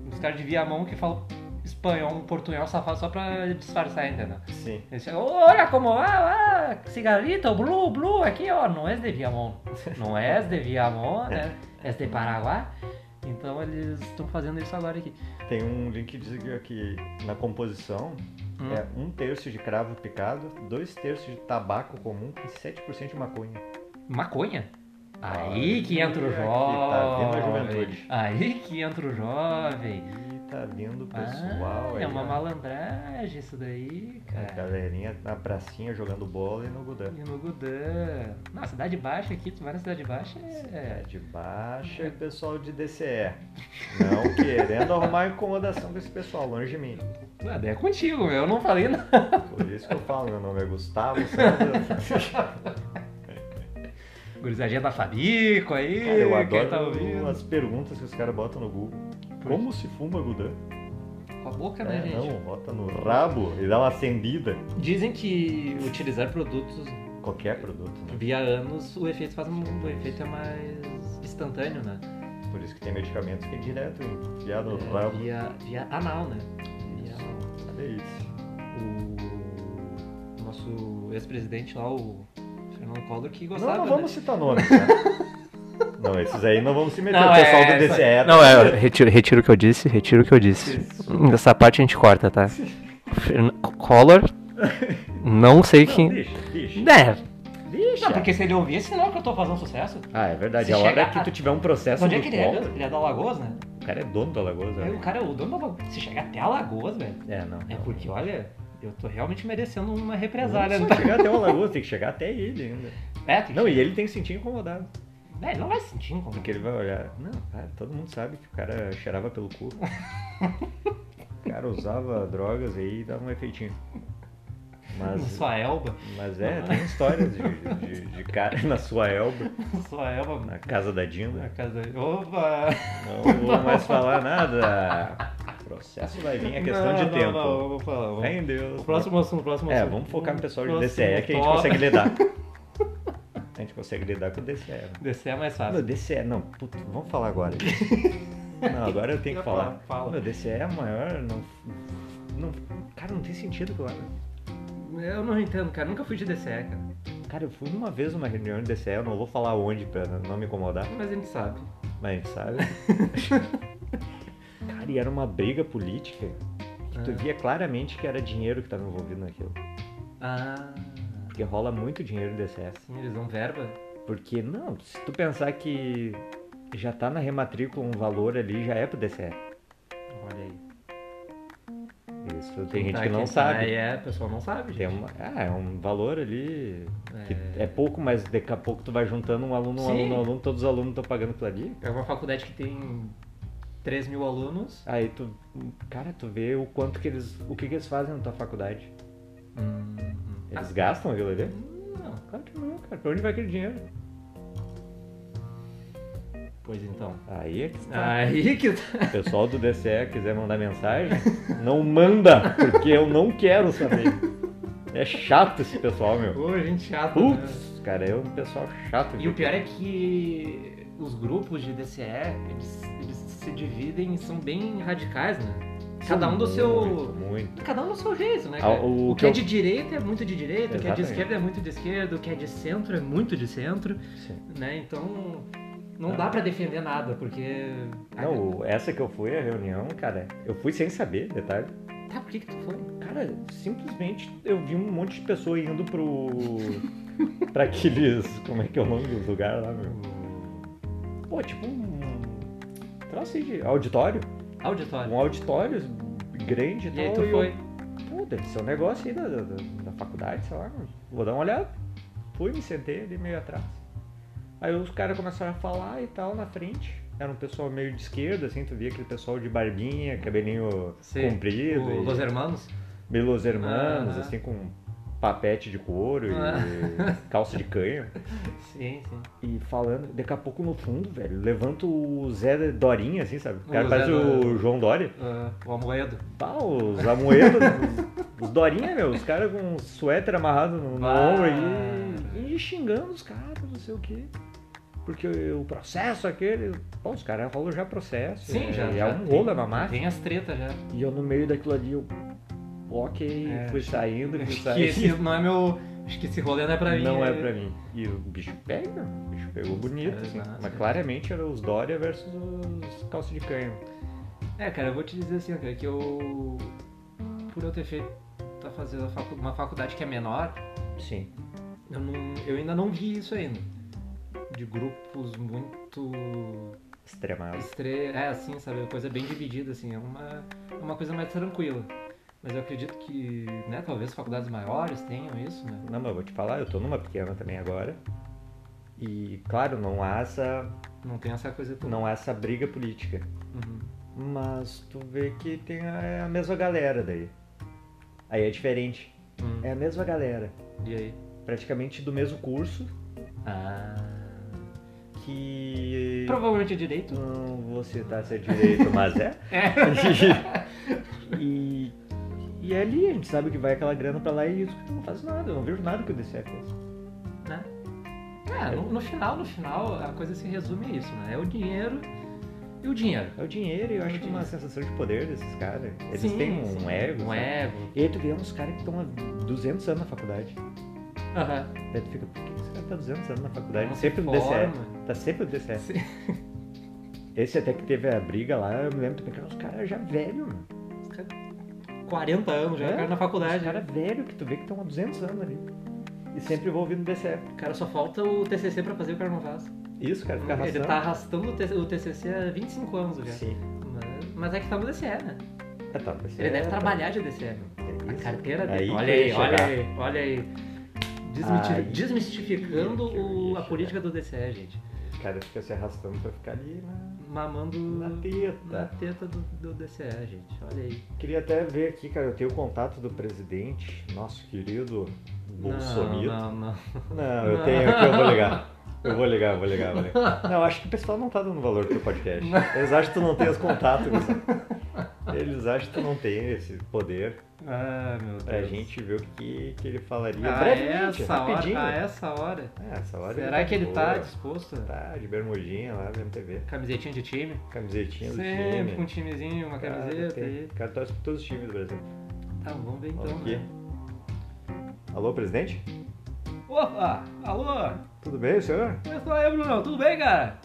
Speaker 1: uns cara de Viamão que falam espanhol, um portunhol safado só pra disfarçar, entendeu?
Speaker 2: Sim.
Speaker 1: Eles chegam, "Oh, olha como, ah, ah, cigarrito, blue, blue, aqui, ó, não é de Viamão, não é de Viamão, né? é de Paraguai. Então eles estão fazendo isso agora aqui.
Speaker 2: Tem um link que diz que- que na composição
Speaker 1: Hum.
Speaker 2: é um terço de cravo picado, dois terços de tabaco comum e 7% de maconha.
Speaker 1: Maconha? Aí que entra o
Speaker 2: Olha aqui,
Speaker 1: jovem.
Speaker 2: Tá vendo a juventude.
Speaker 1: Aí que entra o jovem.
Speaker 2: E tá vendo o
Speaker 1: Ah,
Speaker 2: pessoal aí.
Speaker 1: é uma É.
Speaker 2: ó.
Speaker 1: malandragem isso daí,
Speaker 2: A
Speaker 1: cara.
Speaker 2: Galerinha na pracinha jogando bola e no Gudan.
Speaker 1: E no Gudan. Na Cidade Baixa aqui, tu vai na Cidade Baixa, é.
Speaker 2: É de baixa e pessoal de DCE. Não querendo arrumar incomodação com esse pessoal, longe de mim.
Speaker 1: Ah, daí é contigo, meu. eu não falei nada.
Speaker 2: Por isso que eu falo, meu nome é Gustavo Sandra.
Speaker 1: Gurizadinha da Fabico aí,
Speaker 2: Cara, eu
Speaker 1: quem tá
Speaker 2: adoro
Speaker 1: ouvindo.
Speaker 2: as perguntas que os caras botam no Google.
Speaker 1: Por-
Speaker 2: Como se fuma Gudan?
Speaker 1: Com a boca, né,
Speaker 2: É,
Speaker 1: gente?
Speaker 2: não, bota no rabo e dá uma acendida.
Speaker 1: Dizem que utilizar produtos
Speaker 2: Qualquer produto, né?
Speaker 1: via anos, o efeito faz um, o efeito é mais instantâneo, né? É,
Speaker 2: Por isso que tem medicamentos que é direto enfiado no rabo.
Speaker 1: Via, via anal, né? Via anal.
Speaker 2: É isso.
Speaker 1: O nosso ex-presidente lá, o Fernando Collor, que
Speaker 2: Não,
Speaker 1: gostava,
Speaker 2: não
Speaker 1: né?
Speaker 2: vamos citar nomes, né? Não, esses aí não vamos se meter.
Speaker 1: Não,
Speaker 2: o pessoal
Speaker 1: é,
Speaker 2: do
Speaker 1: essa-
Speaker 2: DCE.
Speaker 4: Não, é, retiro, retiro o que eu disse, retiro o que eu disse. Essa parte a gente corta, tá? Fern- Collor, não sei
Speaker 2: Não,
Speaker 4: quem.
Speaker 2: deixa, deixa.
Speaker 4: É,
Speaker 2: Deixa.
Speaker 1: Não, porque se ele ouvir, é sinal que eu tô fazendo sucesso.
Speaker 2: Ah, é verdade.
Speaker 1: Se
Speaker 2: a hora
Speaker 1: chegar-
Speaker 2: que tu tiver um processo
Speaker 1: Onde
Speaker 2: do
Speaker 1: é que ele é?
Speaker 2: Collor-
Speaker 1: Ele é da Alagoas, né?
Speaker 2: O cara é dono da Lagoa,
Speaker 1: Aí
Speaker 2: né?
Speaker 1: o cara, o dono da Alagoas, se chegar até Alagoas, velho,
Speaker 2: É, não.
Speaker 1: é porque, olha, eu tô realmente merecendo uma represália. Não
Speaker 2: Não precisa chegar até o Lagoa, tem que chegar até ele ainda.
Speaker 1: É, tem que-
Speaker 2: Não, e ele tem que se sentir incomodado.
Speaker 1: É, ele não vai se sentir incomodado.
Speaker 2: Porque ele vai olhar. Não, cara, todo mundo sabe que o cara cheirava pelo cu. o cara usava drogas aí e dava um efeitinho.
Speaker 1: Na
Speaker 2: Mas,
Speaker 1: sua elba,
Speaker 2: mas é, tem histórias de, de, de cara na sua elba,
Speaker 1: na sua elba,
Speaker 2: na casa da
Speaker 1: na
Speaker 2: Dinda.
Speaker 1: casa... Opa!
Speaker 2: Não vou mais falar nada. O processo vai vir, é questão
Speaker 1: Não,
Speaker 2: de
Speaker 1: não,
Speaker 2: tempo.
Speaker 1: Não, eu vou falar. vamos-
Speaker 2: Fé em Deus.
Speaker 1: O próximo assunto, o próximo
Speaker 2: É,
Speaker 1: assunto.
Speaker 2: vamos focar no pessoal de
Speaker 1: Próximo
Speaker 2: DCE que a gente
Speaker 1: tópico.
Speaker 2: consegue lidar. A gente consegue lidar com o DCE.
Speaker 1: Descer é mais
Speaker 2: Ah,
Speaker 1: fácil.
Speaker 2: Meu DCE, não, puto, vamos falar agora. não, agora eu tenho que falar.
Speaker 1: Fala.
Speaker 2: Meu DCE é a maior, não, não. Cara, não tem sentido, claro.
Speaker 1: Eu não entendo, cara. Nunca fui de DCE, cara.
Speaker 2: Cara, eu fui uma vez numa reunião de DCE, eu não vou falar onde pra não me incomodar,
Speaker 1: Mas a gente sabe.
Speaker 2: mas a gente sabe. Cara, e era uma briga política que tu
Speaker 1: Ah.
Speaker 2: via claramente que era dinheiro que tava envolvido naquilo.
Speaker 1: Ah,
Speaker 2: Porque rola muito dinheiro em DCE.
Speaker 1: sim, eles dão verba?
Speaker 2: Porque, não, se tu pensar que já tá na rematrícula um valor ali, já é pro DCE.
Speaker 1: Olha aí.
Speaker 2: Isso tem gente
Speaker 1: Tá
Speaker 2: que
Speaker 1: aqui,
Speaker 2: não
Speaker 1: tá,
Speaker 2: sabe.
Speaker 1: Aí é, o pessoal não sabe,
Speaker 2: Tem
Speaker 1: gente.
Speaker 2: uma- ah, é um valor ali que
Speaker 1: É-
Speaker 2: é... pouco, mas daqui a pouco tu vai juntando um aluno, um
Speaker 1: Sim.
Speaker 2: aluno, um aluno, todos os alunos estão pagando aquilo ali.
Speaker 1: É uma faculdade que tem 3 mil alunos.
Speaker 2: Aí tu, cara, tu vê o quanto que eles, o que que eles fazem na tua faculdade. Eles gastam aquilo ali?
Speaker 1: Ah. Não.
Speaker 2: Claro que não, cara. Pra onde vai aquele dinheiro?
Speaker 1: Pois então.
Speaker 2: Aí é que está.
Speaker 1: Aí que tá.
Speaker 2: O pessoal do DCE quiser mandar mensagem, não manda, porque eu não quero saber. É chato esse pessoal, meu.
Speaker 1: Pô, gente chata. né?
Speaker 2: Putz, cara, é um pessoal chato.
Speaker 1: E
Speaker 2: viu?
Speaker 1: o pior é que os grupos de DCE, eles, eles se dividem e são bem radicais, né? Cada um do seu-
Speaker 2: Muito, muito.
Speaker 1: Cada um no seu jeito, né?
Speaker 2: Ah,
Speaker 1: cara?
Speaker 2: o
Speaker 1: O
Speaker 2: que
Speaker 1: que é
Speaker 2: eu-
Speaker 1: de direita é muito de direita, o que é de
Speaker 2: Exatamente.
Speaker 1: esquerda é muito de esquerda, o que é de centro é muito de centro,
Speaker 2: Sim.
Speaker 1: né? Então não dá pra defender nada, porque.
Speaker 2: Ah. Não, o- essa que eu fui a reunião, cara, eu fui sem saber, detalhe.
Speaker 1: Tá, por que, que tu foi?
Speaker 2: Cara, simplesmente eu vi um monte de pessoa indo pro. pra aqueles. Como é que é o nome do lugar lá, meu? Pô, tipo um. Troço aí de auditório.
Speaker 1: Auditório.
Speaker 2: Um auditório grande e
Speaker 1: E
Speaker 2: tal.
Speaker 1: aí tu
Speaker 2: e eu-
Speaker 1: foi.
Speaker 2: Pô, deve ser um negócio aí da, da, da faculdade, sei lá. mano. Vou dar uma olhada. Fui, me sentei ali meio atrás. Aí os caras começaram a falar e tal na frente. Era um pessoal meio de esquerda, assim, tu via aquele pessoal de barbinha, cabelinho
Speaker 1: Sim.
Speaker 2: comprido.
Speaker 1: O
Speaker 2: e
Speaker 1: Los Hermanos?
Speaker 2: meio Los Hermanos,
Speaker 1: Aham.
Speaker 2: assim, com papete de couro e calça de canho.
Speaker 1: Sim, sim.
Speaker 2: E falando, daqui a pouco no fundo, velho, levanta o Zé Dorinha, assim, sabe? O
Speaker 1: O
Speaker 2: cara
Speaker 1: Zé
Speaker 2: parece o
Speaker 1: Dorinha.
Speaker 2: João Dória.
Speaker 1: Ah, o Amoedo.
Speaker 2: Pá, os Amoedo, os- os Dorinha, meu, os caras com um suéter amarrado no, no
Speaker 1: Ah.
Speaker 2: ombro aí, e xingando os caras, não sei o quê. Porque o processo aquele. Pô, os caras rolam já processo.
Speaker 1: Sim,
Speaker 2: é,
Speaker 1: já.
Speaker 2: É
Speaker 1: já
Speaker 2: um
Speaker 1: tem-
Speaker 2: rolo, é uma máfia.
Speaker 1: Tem as tretas já.
Speaker 2: E eu no meio daquilo ali, eu. Ok,
Speaker 1: É.
Speaker 2: fui saindo, fui
Speaker 1: Acho que
Speaker 2: saindo.
Speaker 1: esse não é meu. Acho que esse rolê não é pra mim.
Speaker 2: Não é
Speaker 1: né? É,
Speaker 2: pra mim. E o bicho pega, o bicho pegou bonito,
Speaker 1: caras
Speaker 2: assim.
Speaker 1: nascem.
Speaker 2: Mas claramente era os Dória versus os calça de canho.
Speaker 1: É, cara, eu vou te dizer assim, cara, que eu. Por eu ter feito. Tá fazendo a facu- uma faculdade que é menor,
Speaker 2: Sim.
Speaker 1: eu, não- eu ainda não vi isso ainda. De grupos muito.
Speaker 2: Extremado.
Speaker 1: Estre... É, assim, sabe? Coisa bem dividida, assim. É uma, é uma coisa mais tranquila. Mas eu acredito que, né, talvez faculdades maiores tenham isso, né?
Speaker 2: Não, mas eu vou te falar, eu tô numa pequena também agora. E claro, não há essa,
Speaker 1: Não tem essa coisa toda.
Speaker 2: não há essa briga política.
Speaker 1: Uhum.
Speaker 2: Mas tu vê que tem a, a mesma galera daí. Aí é diferente.
Speaker 1: Hum.
Speaker 2: É a mesma galera.
Speaker 1: E aí?
Speaker 2: Praticamente do mesmo curso
Speaker 1: Ah.
Speaker 2: que.
Speaker 1: Provavelmente é direito.
Speaker 2: Não vou citar se é direito, mas é. e, e é ali, a gente sabe que vai aquela grana pra lá e isso não faz nada, eu não vejo nada que o DCE fez.
Speaker 1: É, no, no final, no final, a coisa se resume a isso, né? É o dinheiro e o dinheiro.
Speaker 2: É o dinheiro e eu acho que é uma sensação de poder desses caras. Eles
Speaker 1: Sim,
Speaker 2: têm um
Speaker 1: sim.
Speaker 2: ego.
Speaker 1: Um
Speaker 2: sabe?
Speaker 1: ego.
Speaker 2: E aí tu vê uns caras que estão há 200 anos na faculdade.
Speaker 1: Aham.
Speaker 2: Daí tu fica, por que esse cara tá 200 anos na faculdade?
Speaker 1: Não se
Speaker 2: sempre no
Speaker 1: forma.
Speaker 2: DCE. Tá sempre no DCE. Esse até que teve a briga lá, eu me lembro também que eram uns caras já velhos, mano.
Speaker 1: 40 anos já,
Speaker 2: É?
Speaker 1: o cara na
Speaker 2: Os
Speaker 1: faculdade. né?
Speaker 2: caras velhos que tu vê que estão há 200 anos ali. E sempre envolvido no DCE.
Speaker 1: O cara só falta o TCC pra fazer o cara não faz.
Speaker 2: Isso, cara, fica
Speaker 1: Ele
Speaker 2: arrastando.
Speaker 1: tá arrastando o TCC o TCC há 25 anos já.
Speaker 2: Sim.
Speaker 1: Mas, mas é que tá no DCE, né?
Speaker 2: É, tá, no DCE,
Speaker 1: Ele deve
Speaker 2: tá.
Speaker 1: trabalhar de DCE. meu.
Speaker 2: É
Speaker 1: A
Speaker 2: isso.
Speaker 1: carteira dele.
Speaker 2: Aí que
Speaker 1: olha
Speaker 2: eu ia
Speaker 1: aí, olha
Speaker 2: chegar.
Speaker 1: aí, olha aí. Desmiti-
Speaker 2: Aí
Speaker 1: Desmistificando
Speaker 2: que eu ia
Speaker 1: o- a
Speaker 2: chegar.
Speaker 1: política do DCE, gente.
Speaker 2: O cara fica se arrastando pra ficar ali né? na,
Speaker 1: Mamando
Speaker 2: na
Speaker 1: na
Speaker 2: teta.
Speaker 1: teta do, do DCE, gente. Olha aí.
Speaker 2: Queria até ver aqui, cara, eu tenho o contato do presidente, nosso querido Bolsonaro.
Speaker 1: Não, não, não.
Speaker 2: Não, eu tenho aqui, eu vou ligar. Eu vou ligar, eu vou ligar, eu vou ligar. Não, acho que o pessoal não tá dando valor pro teu podcast. Eles acham que tu não tem os contatos. Gustavo. Eles acham que tu não tem esse poder
Speaker 1: Ah, meu Deus. Ah,
Speaker 2: pra gente ver o que, que ele falaria
Speaker 1: A
Speaker 2: brevemente,
Speaker 1: essa
Speaker 2: rapidinho.
Speaker 1: hora, a essa hora.
Speaker 2: Ah, essa hora
Speaker 1: Será que ele tá
Speaker 2: boa.
Speaker 1: disposto? a-
Speaker 2: Tá, de bermudinha lá, vendo TV.
Speaker 1: Camisetinha de time?
Speaker 2: Camisetinha do
Speaker 1: Sempre com um
Speaker 2: time.
Speaker 1: timezinho, uma
Speaker 2: Cara,
Speaker 1: camiseta.
Speaker 2: tem-
Speaker 1: aí.
Speaker 2: O cara torce pra todos os times do Brasil.
Speaker 1: Tá, vamos ver
Speaker 2: Olha
Speaker 1: então.
Speaker 2: aqui.
Speaker 1: né?
Speaker 2: Alô, presidente?
Speaker 1: Opa! Alô!
Speaker 2: Tudo bem, senhor?
Speaker 1: Eu sou aí, Bruno. Tudo bem, cara?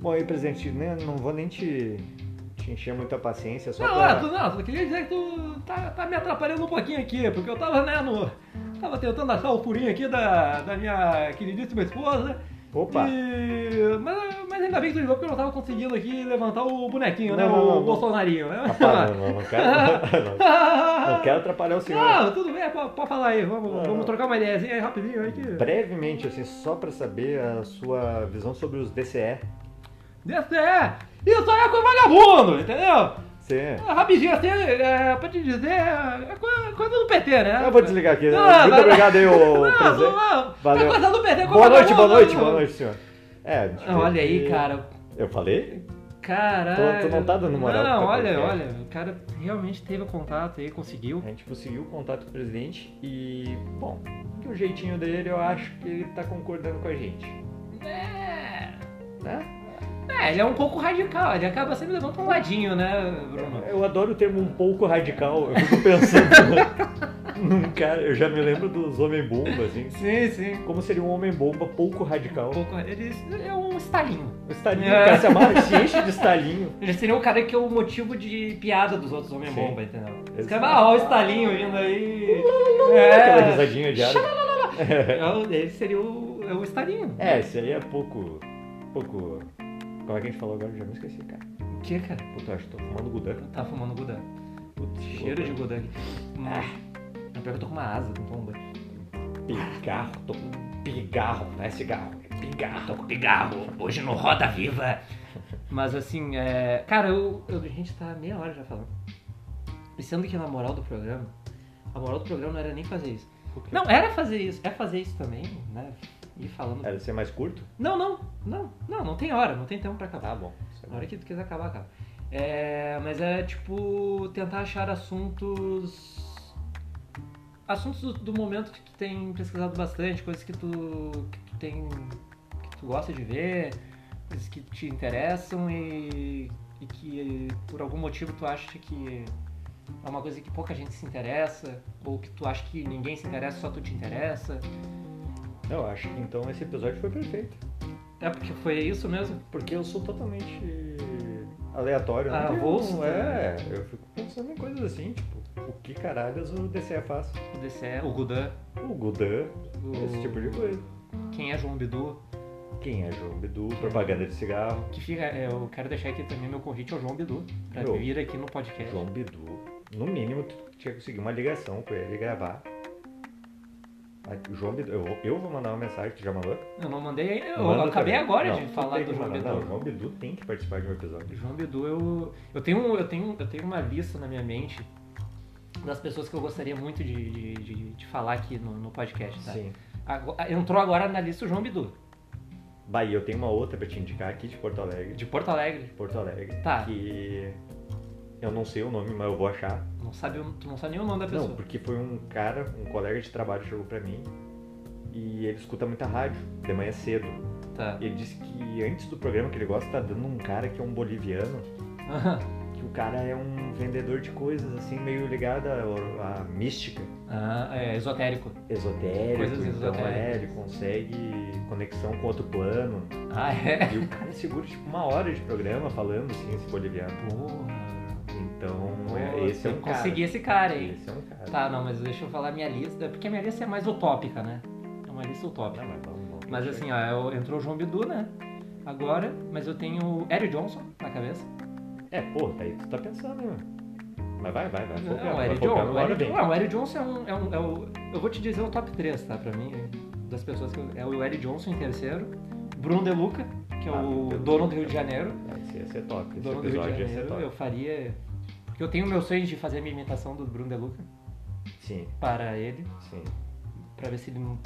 Speaker 2: Bom, aí, presidente, né, não vou nem te, te encher muita paciência, só
Speaker 1: Não,
Speaker 2: pra...
Speaker 1: é, tu, não, só queria dizer que tu tá, tá me atrapalhando um pouquinho aqui, porque eu tava, né, no. Tava tentando achar o furinho aqui da, da minha queridíssima esposa.
Speaker 2: Opa!
Speaker 1: E- mas, mas ainda bem que tu ligou, porque eu não tava conseguindo aqui levantar o bonequinho, né?
Speaker 2: Não, não,
Speaker 1: o
Speaker 2: não, não.
Speaker 1: Bolsonarinho, né?
Speaker 2: Rapaz, não, não, não quero, não, não quero atrapalhar o senhor.
Speaker 1: Não, tudo bem, pode, pode falar aí, vamos,
Speaker 2: Não, não.
Speaker 1: vamos trocar uma ideiazinha aí rapidinho aí que.
Speaker 2: Brevemente, assim, só pra saber a sua visão sobre os DCE.
Speaker 1: DCE! Isso aí é coisa de vagabundo, entendeu?
Speaker 2: Você...
Speaker 1: É Rapidinho, assim, é, pra te dizer, é coisa, coisa do PT, né?
Speaker 2: Eu vou desligar aqui.
Speaker 1: Não,
Speaker 2: Muito
Speaker 1: vai-
Speaker 2: obrigado aí, ô
Speaker 1: Não,
Speaker 2: presidente.
Speaker 1: não,
Speaker 2: Valeu.
Speaker 1: É coisa do PT, coisa
Speaker 2: Boa
Speaker 1: do
Speaker 2: noite,
Speaker 1: Bolsonaro.
Speaker 2: boa noite, boa noite, senhor. É, deixa eu ver
Speaker 1: né? Olha aí,
Speaker 2: aqui.
Speaker 1: cara.
Speaker 2: Eu falei?
Speaker 1: Caralho.
Speaker 2: Tu- tu não tá dando moral
Speaker 1: Não,
Speaker 2: pro
Speaker 1: olha,
Speaker 2: PT.
Speaker 1: olha. O cara realmente teve o contato aí, conseguiu.
Speaker 2: A gente conseguiu o contato com o presidente e, bom, do jeitinho dele, eu acho que ele tá concordando com a gente.
Speaker 1: É.
Speaker 2: Né?
Speaker 1: É, ele é um pouco radical, ele acaba sempre levando pra um ladinho, né, Bruno?
Speaker 2: Eu adoro o termo um pouco radical. Eu fico pensando num cara. Eu já me lembro dos homem-bomba, assim.
Speaker 1: Sim, sim.
Speaker 2: Como seria um homem-bomba pouco radical?
Speaker 1: Um pouco, ele ele é um estalinho.
Speaker 2: O Stalinho,
Speaker 1: É.
Speaker 2: o cara se amarra, se enche de Stalinho.
Speaker 1: Ele seria o cara que é o motivo de piada dos outros homem-bomba, entendeu? Os
Speaker 2: Eles-
Speaker 1: caras, ah, ó, o estalinho vindo aí.
Speaker 2: Aquela
Speaker 1: É,
Speaker 2: risadinha de ar.
Speaker 1: é o- ele seria o, é o estalinho.
Speaker 2: É, esse aí é pouco. pouco. Como é que a gente falou agora? Eu já me esqueci, cara.
Speaker 1: O que, cara?
Speaker 2: Puta, eu acho que tô fumando Gudan.
Speaker 1: Tá fumando Gudan.
Speaker 2: Putz,
Speaker 1: Cheiro de Gudan aqui. Ah, pior que eu tô com uma asa, não tô um banho.
Speaker 2: Pigarro, tô com pigarro, não é cigarro, é pigarro.
Speaker 5: Tô com pigarro, hoje no Roda Viva.
Speaker 1: Mas assim, é. Cara, eu, eu- a gente tá meia hora já falando. E sendo que na moral do programa, a moral do programa não era nem fazer isso. Não, era fazer isso. É fazer isso também, né? Ir
Speaker 5: É.
Speaker 1: falando.
Speaker 2: Era ser mais curto?
Speaker 1: Não, não, não, não, não tem hora, não tem tempo pra acabar.
Speaker 2: Tá bom. isso é
Speaker 1: Na
Speaker 2: bom.
Speaker 1: hora que tu quiser acabar, acaba. É, mas é tipo tentar achar assuntos. Assuntos do, do momento que tu tem pesquisado bastante, coisas que tu, que tu tem. que tu gosta de ver, coisas que te interessam e, e que por algum motivo tu acha que é uma coisa que pouca gente se interessa, ou que tu acha que ninguém se interessa, só tu te interessa.
Speaker 2: Não, eu acho que então esse episódio foi perfeito.
Speaker 1: É porque foi isso mesmo?
Speaker 2: Porque eu sou totalmente aleatório. né?
Speaker 1: Ah,
Speaker 2: Eu
Speaker 1: avulso,
Speaker 2: não- É, eu fico pensando em coisas assim, tipo, o que caralhos o DCE faz?
Speaker 1: O DCE, o Gudan,
Speaker 2: O Gudan,
Speaker 1: o-
Speaker 2: esse tipo de coisa.
Speaker 1: Quem é João Bidu?
Speaker 2: Quem é João Bidu? Propaganda de cigarro.
Speaker 1: Que fica, é, eu quero deixar aqui também meu convite ao João Bidu pra
Speaker 2: Meu.
Speaker 1: vir aqui no podcast.
Speaker 2: João Bidu. No mínimo, tu tinha que conseguir uma ligação com ele e gravar. Aí, o João Bidu, eu, vou- eu vou mandar uma mensagem, tu já mandou?
Speaker 1: Eu não mandei, eu
Speaker 2: Manda
Speaker 1: acabei
Speaker 2: também.
Speaker 1: agora
Speaker 2: Não,
Speaker 1: de
Speaker 2: tu
Speaker 1: falar
Speaker 2: tem
Speaker 1: do
Speaker 2: que
Speaker 1: João
Speaker 2: mandar.
Speaker 1: Bidu.
Speaker 2: Não, o João Bidu tem que participar de um episódio.
Speaker 1: João Bidu, eu, eu tenho, eu tenho, eu tenho uma lista na minha mente das pessoas que eu gostaria muito de, de, de- de falar aqui no, no podcast, tá?
Speaker 2: Sim.
Speaker 1: Ago- entrou agora na lista o João Bidu,
Speaker 2: Bah, e eu tenho uma outra pra te indicar aqui de Porto Alegre.
Speaker 1: de Porto Alegre.
Speaker 2: De Porto Alegre.
Speaker 1: Tá.
Speaker 2: Que eu não sei o nome, mas eu vou achar.
Speaker 1: Não sabe, o- tu não sabe nem o nome da pessoa.
Speaker 2: Não, porque foi um cara, um colega de trabalho chegou pra mim e ele escuta muita rádio, de manhã cedo.
Speaker 1: Tá.
Speaker 2: E ele disse que antes do programa que ele gosta, tá dando um cara que é um boliviano, que o cara é um vendedor de coisas assim, meio ligado à, à mística,
Speaker 1: ah, é esotérico.
Speaker 2: esotérico.
Speaker 1: Coisas
Speaker 2: então é,
Speaker 1: esotéricas.
Speaker 2: ele consegue conexão com outro plano.
Speaker 1: Ah, é.
Speaker 2: E o cara segura tipo uma hora de programa falando assim, esse boliviano.
Speaker 1: Porra.
Speaker 2: Então, é-
Speaker 1: Pô,
Speaker 2: esse é
Speaker 1: tem
Speaker 2: um
Speaker 1: que
Speaker 2: cara.
Speaker 1: conseguir esse cara, hein?
Speaker 2: Esse é um cara.
Speaker 1: Tá, não, mas deixa eu falar minha lista, porque a minha lista é mais utópica, né? É uma lista utópica.
Speaker 2: Não, mas vamos, vamos.
Speaker 1: Mas assim, ó, eu- entrou o João Bidu, né? Agora, mas eu tenho Eric Johnson na cabeça.
Speaker 2: É, pô, daí tu tá pensando, né? Mas vai, vai, vai.
Speaker 1: Não, é
Speaker 2: focar,
Speaker 1: o
Speaker 2: vai
Speaker 1: Eric
Speaker 2: focar no
Speaker 1: Johnson. o
Speaker 2: Laura
Speaker 1: Eric-
Speaker 2: bem.
Speaker 1: Não, o Eric Johnson é um, é um- é o- Eu vou te dizer o top 3, tá? Pra mim, das pessoas que eu, É o Eric Johnson em terceiro, Bruno De Luca, que é
Speaker 2: Ah, Bruno
Speaker 1: o
Speaker 2: De Luca.
Speaker 1: dono do Rio de Janeiro.
Speaker 2: É, Esse ia ser top. Esse
Speaker 1: dono do Rio de
Speaker 2: episódio ia ser
Speaker 1: Janeiro, eu
Speaker 2: top.
Speaker 1: faria. Porque eu tenho o meu sonho de fazer a minha imitação do Bruno De Luca
Speaker 2: Sim,
Speaker 1: para ele,
Speaker 2: sim.
Speaker 1: pra ver se ele não.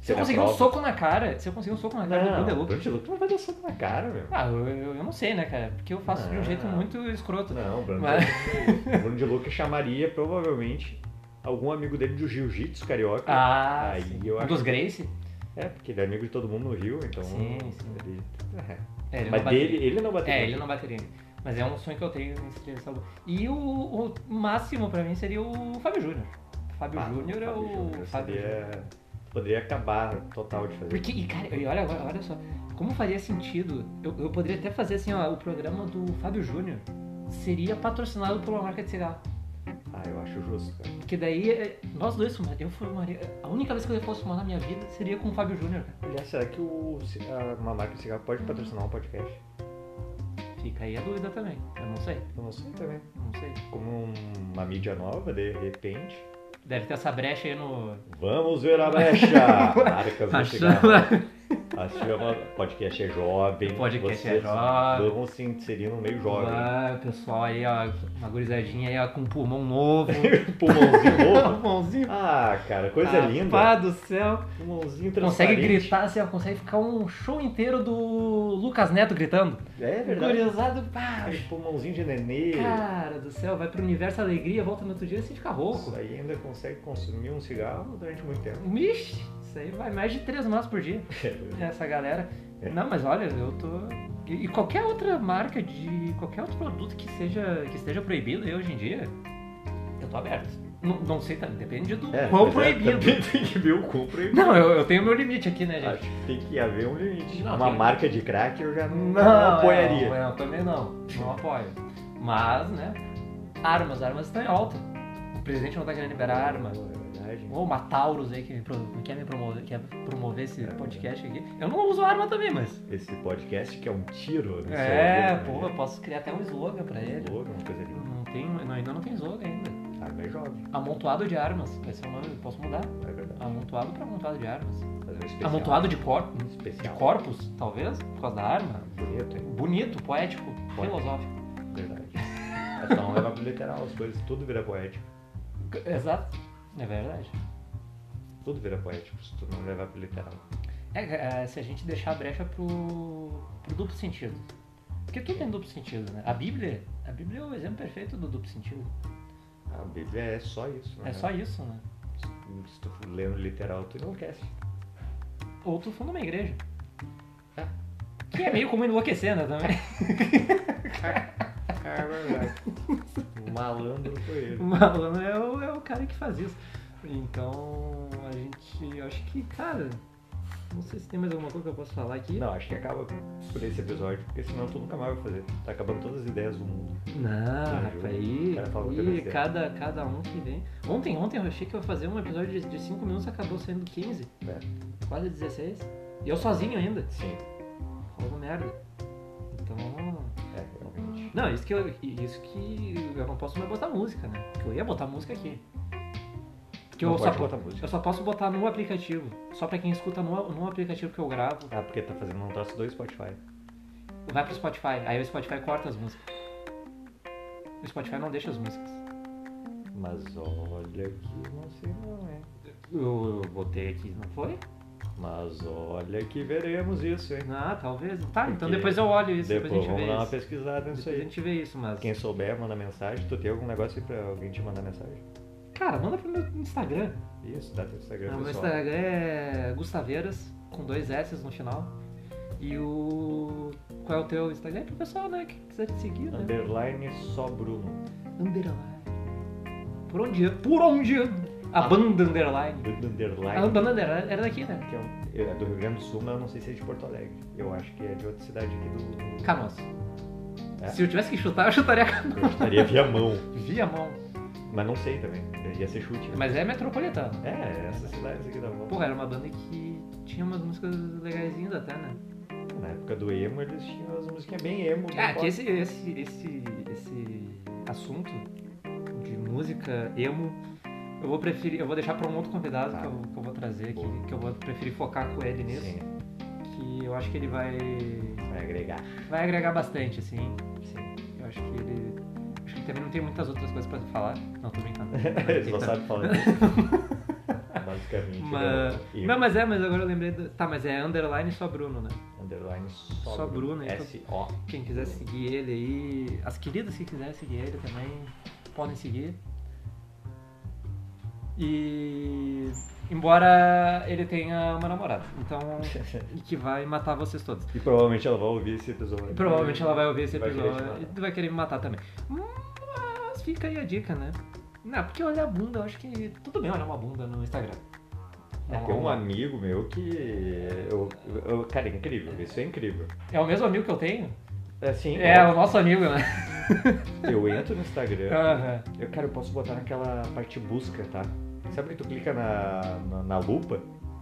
Speaker 1: Se
Speaker 2: Você
Speaker 1: eu conseguir um
Speaker 2: aprova?
Speaker 1: soco na cara, se eu conseguir um soco na cara do
Speaker 2: Não,
Speaker 1: Bruno De Luca,
Speaker 2: Bruno de Luca não vai dar soco na cara, meu.
Speaker 1: Ah, eu, eu, eu não sei, né, cara? Porque eu faço de um
Speaker 2: Ah.
Speaker 1: jeito muito escroto.
Speaker 2: Não, Bruno,
Speaker 1: Mas-
Speaker 2: de Luca, Bruno de Luca chamaria provavelmente algum amigo dele do jiu-jitsu carioca.
Speaker 1: Ah,
Speaker 2: Aí
Speaker 1: sim.
Speaker 2: eu acho
Speaker 1: dos Grace?
Speaker 2: É, porque ele é amigo de todo mundo no Rio, então.
Speaker 1: Sim, sim.
Speaker 2: Ele...
Speaker 1: É, ele
Speaker 2: Mas
Speaker 1: não bateria.
Speaker 2: dele, ele não bateu.
Speaker 1: É, ele não bateria. Mas é um sonho que eu tenho nesse direção. E o, o máximo pra mim seria o Fábio Júnior. Fábio
Speaker 2: Ah,
Speaker 1: Júnior é
Speaker 2: Fábio
Speaker 1: o
Speaker 2: Júnior
Speaker 1: Fábio Júnior.
Speaker 2: seria- Poderia acabar total de fazer.
Speaker 1: Porque, e cara, e olha agora, olha só, como faria sentido, eu, eu poderia até fazer assim, ó, o programa do Fábio Júnior seria patrocinado por uma marca de cigarro.
Speaker 2: Ah, eu acho justo, cara.
Speaker 1: Porque daí, é, nós dois fumaríamos, eu fumaria, a única vez que eu fosse fumar na minha vida seria com o Fábio Júnior, cara.
Speaker 2: Aliás, será que o, a- uma marca de cigarro pode patrocinar um podcast?
Speaker 1: Fica aí a dúvida também, eu não sei.
Speaker 2: Eu não sei também.
Speaker 1: Não sei.
Speaker 2: Como uma mídia nova, de repente.
Speaker 1: Deve ter essa brecha aí no.
Speaker 2: Vamos ver a brecha! Marcas do cigarro.
Speaker 1: Achando-
Speaker 2: Acho que é uma- podcast é jovem.
Speaker 1: Podcast é
Speaker 2: vocês
Speaker 1: jovem.
Speaker 2: Vamos se inserir no meio jovem.
Speaker 1: Ah, pessoal aí, ó, uma gurizadinha aí, ó, com um pulmão novo.
Speaker 2: Um Pulmãozinho novo.
Speaker 1: pulmãozinho.
Speaker 2: Ah, cara, coisa linda.
Speaker 1: Pá do céu.
Speaker 2: Pulmãozinho transparente.
Speaker 1: Consegue gritar, assim, ó, consegue ficar um show inteiro do Lucas Neto gritando.
Speaker 2: É verdade. É.
Speaker 1: Gurizado, pá.
Speaker 2: Aquele Pulmãozinho de nenê.
Speaker 1: Cara do céu, vai pro universo alegria, volta no outro dia e assim fica
Speaker 2: Isso
Speaker 1: rouco.
Speaker 2: aí ainda consegue consumir um cigarro durante muito tempo.
Speaker 1: É,
Speaker 2: É.
Speaker 1: Vixe, isso aí vai mais de três massas por dia. essa galera. Não, mas olha, eu tô. E, e qualquer outra marca de. qualquer outro produto que seja que esteja proibido aí hoje em dia, eu tô aberto. Não, não sei, tá, depende do
Speaker 2: É,
Speaker 1: quão
Speaker 2: pois é,
Speaker 1: proibido.
Speaker 2: também tem que ver o quão proibido.
Speaker 1: Não, eu, eu tenho meu limite aqui, né, gente?
Speaker 2: Acho que tem que haver um limite.
Speaker 1: Não,
Speaker 2: Uma
Speaker 1: tem- é,
Speaker 2: marca de crack Ah, eu já não, não apoiaria.
Speaker 1: Não, não, também não. Não apoio. Mas, né? Armas, armas estão em alta. O presidente não tá querendo liberar arma.
Speaker 2: É verdade.
Speaker 1: Ou uma Taurus aí que me pro- quer me promover, quer promover
Speaker 2: É.
Speaker 1: esse podcast aqui. Eu não uso arma também, mas.
Speaker 2: Esse podcast que é um tiro. no
Speaker 1: É,
Speaker 2: seu
Speaker 1: pô,
Speaker 2: ouvido,
Speaker 1: eu posso criar até um slogan pra
Speaker 2: né?
Speaker 1: ele.
Speaker 2: Louco, uma coisa linda.
Speaker 1: Não tem, não, ainda não tem slogan ainda.
Speaker 2: Arma é jovem,
Speaker 1: Amontoado de armas, vai ser o nome, eu posso mudar.
Speaker 2: é verdade.
Speaker 1: Amontoado pra amontoado de armas.
Speaker 2: Fazer um especial. Um
Speaker 1: Amontoado de corpos. De
Speaker 2: Especial. Ah,
Speaker 1: corpos, talvez, por causa da arma.
Speaker 2: Bonito, hein?
Speaker 1: Bonito, poético,
Speaker 2: Poético.
Speaker 1: filosófico.
Speaker 2: Verdade. É só não levar pro literal as coisas. Tudo vira poético.
Speaker 1: Exato. É verdade.
Speaker 2: Tudo vira poético se tu não levar pro literal.
Speaker 1: É, é, se a gente deixar a brecha pro, pro duplo sentido. Porque tudo tem duplo sentido, né? A Bíblia, a Bíblia é o exemplo perfeito do duplo sentido.
Speaker 2: A Bíblia é só isso, né?
Speaker 1: É só isso, né?
Speaker 2: Se tu for ler no literal, tu enlouquece.
Speaker 1: Ou tu funda é uma igreja. Que é meio como enlouquecer, né, também. Ah,
Speaker 2: É verdade. Malandro foi
Speaker 1: O
Speaker 2: ele.
Speaker 1: malandro é o, é o cara que faz isso. Então, a gente, eu acho que, cara, não sei se tem mais alguma coisa que eu posso falar aqui.
Speaker 2: Não, acho que acaba por esse episódio, porque senão tu nunca mais vai fazer. Tá acabando todas as ideias do mundo.
Speaker 1: Não,
Speaker 2: Não,
Speaker 1: rapaz,
Speaker 2: eu-
Speaker 1: aí,
Speaker 2: o cara fala que é
Speaker 1: aí
Speaker 2: besteira.
Speaker 1: cada, cada um que vem. Ontem, ontem eu achei que eu ia fazer um episódio de 5 minutos, acabou saindo 15,
Speaker 2: né?
Speaker 1: quase 16. E eu sozinho ainda,
Speaker 2: Sim.
Speaker 1: falando merda. Então.
Speaker 2: É, realmente.
Speaker 1: Não, isso que eu. Isso que. Eu não posso mais botar música, né? Porque eu ia botar música aqui. Porque
Speaker 2: não
Speaker 1: eu só,
Speaker 2: pode botar música.
Speaker 1: eu só posso botar no aplicativo. Só pra quem escuta no, no aplicativo que eu gravo.
Speaker 2: Ah, porque tá fazendo um troço do Spotify.
Speaker 1: Vai pro Spotify. Aí o Spotify corta as músicas. O Spotify não deixa as músicas.
Speaker 2: Mas olha que não sei não, hein?
Speaker 1: Eu, eu botei aqui, não foi?
Speaker 2: Mas olha que veremos isso, hein?
Speaker 1: Ah, talvez. Tá, então
Speaker 2: Porque
Speaker 1: depois eu olho isso, depois,
Speaker 2: Depois
Speaker 1: a gente
Speaker 2: vamos
Speaker 1: vê
Speaker 2: dar uma
Speaker 1: isso.
Speaker 2: pesquisada nisso
Speaker 1: Depois a
Speaker 2: aí.
Speaker 1: gente vê isso, mas.
Speaker 2: Quem souber, manda mensagem. Tu tem algum negócio aí pra alguém te mandar mensagem?
Speaker 1: Cara, manda pro meu Instagram.
Speaker 2: Isso, dá teu Instagram,
Speaker 1: Ah, meu
Speaker 2: pessoal.
Speaker 1: Instagram é Gustaveiras, com dois S no final. E o. Qual é o teu Instagram? É pro pessoal, né? Que quiser te seguir, né?
Speaker 2: Underline só Bruno.
Speaker 1: Underline. Por onde anda? Por onde anda? A banda Underline.
Speaker 2: Bruno
Speaker 1: A
Speaker 2: Underline.
Speaker 1: banda Underline era daqui, né?
Speaker 2: Que é, um- é do Rio Grande do Sul, mas eu não sei se é de Porto Alegre. Eu acho que é de outra cidade aqui do.
Speaker 1: Canoas.
Speaker 2: É.
Speaker 1: Se eu tivesse que chutar, eu chutaria Canoas.
Speaker 2: Eu estaria via mão.
Speaker 1: Via mão.
Speaker 2: Mas não sei também. Ia ser chute. né?
Speaker 1: Mas é metropolitano.
Speaker 2: É, essas cidades aqui da volta.
Speaker 1: Porra, era uma banda que tinha umas músicas legaisinhas até, né?
Speaker 2: Na época do emo, eles tinham as musiquinhas bem emo. bem
Speaker 1: Ah,
Speaker 2: pop.
Speaker 1: que esse, esse, esse, esse assunto de música emo, eu vou preferir, eu vou deixar pra um outro convidado que, eu, que eu vou trazer aqui,
Speaker 2: Tá. Boa.
Speaker 1: que eu vou preferir focar com ele nisso,
Speaker 2: Sim,
Speaker 1: que eu acho que ele vai
Speaker 2: vai agregar.
Speaker 1: vai agregar bastante, assim.
Speaker 2: Sim.
Speaker 1: Eu acho que ele acho que ele também não tem muitas outras coisas pra falar. Não, tô brincando.
Speaker 2: Eles não
Speaker 1: Então-
Speaker 2: sabem falar disso. Basicamente.
Speaker 1: Mas-
Speaker 2: né? E
Speaker 1: Não, mas é, mas agora eu lembrei. Do... Tá, mas é underline só Bruno, né?
Speaker 2: Underline só,
Speaker 1: Só Bruno, então.
Speaker 2: S-O.
Speaker 1: Quem quiser seguir ele aí, as queridas que quiserem seguir ele também, podem seguir. E embora ele tenha uma namorada, então e que vai matar vocês todos.
Speaker 2: E provavelmente ela vai ouvir esse episódio.
Speaker 1: E provavelmente ela vai ouvir esse
Speaker 2: Vai querer te
Speaker 1: episódio
Speaker 2: matar.
Speaker 1: e tu vai querer me matar também. Mas fica aí a dica, né? Não, porque olhar a bunda, eu acho que tudo bem olhar uma bunda no Instagram.
Speaker 2: É, Tem um amigo meu que. Eu, eu- cara, é incrível, isso é incrível.
Speaker 1: É o mesmo amigo que eu tenho?
Speaker 2: Assim,
Speaker 1: É, o nosso amigo, né? É,
Speaker 2: eu entro no Instagram,
Speaker 1: Aham.
Speaker 2: eu, cara, eu posso botar naquela parte busca, tá? Sabe que tu clica na, na, na lupa?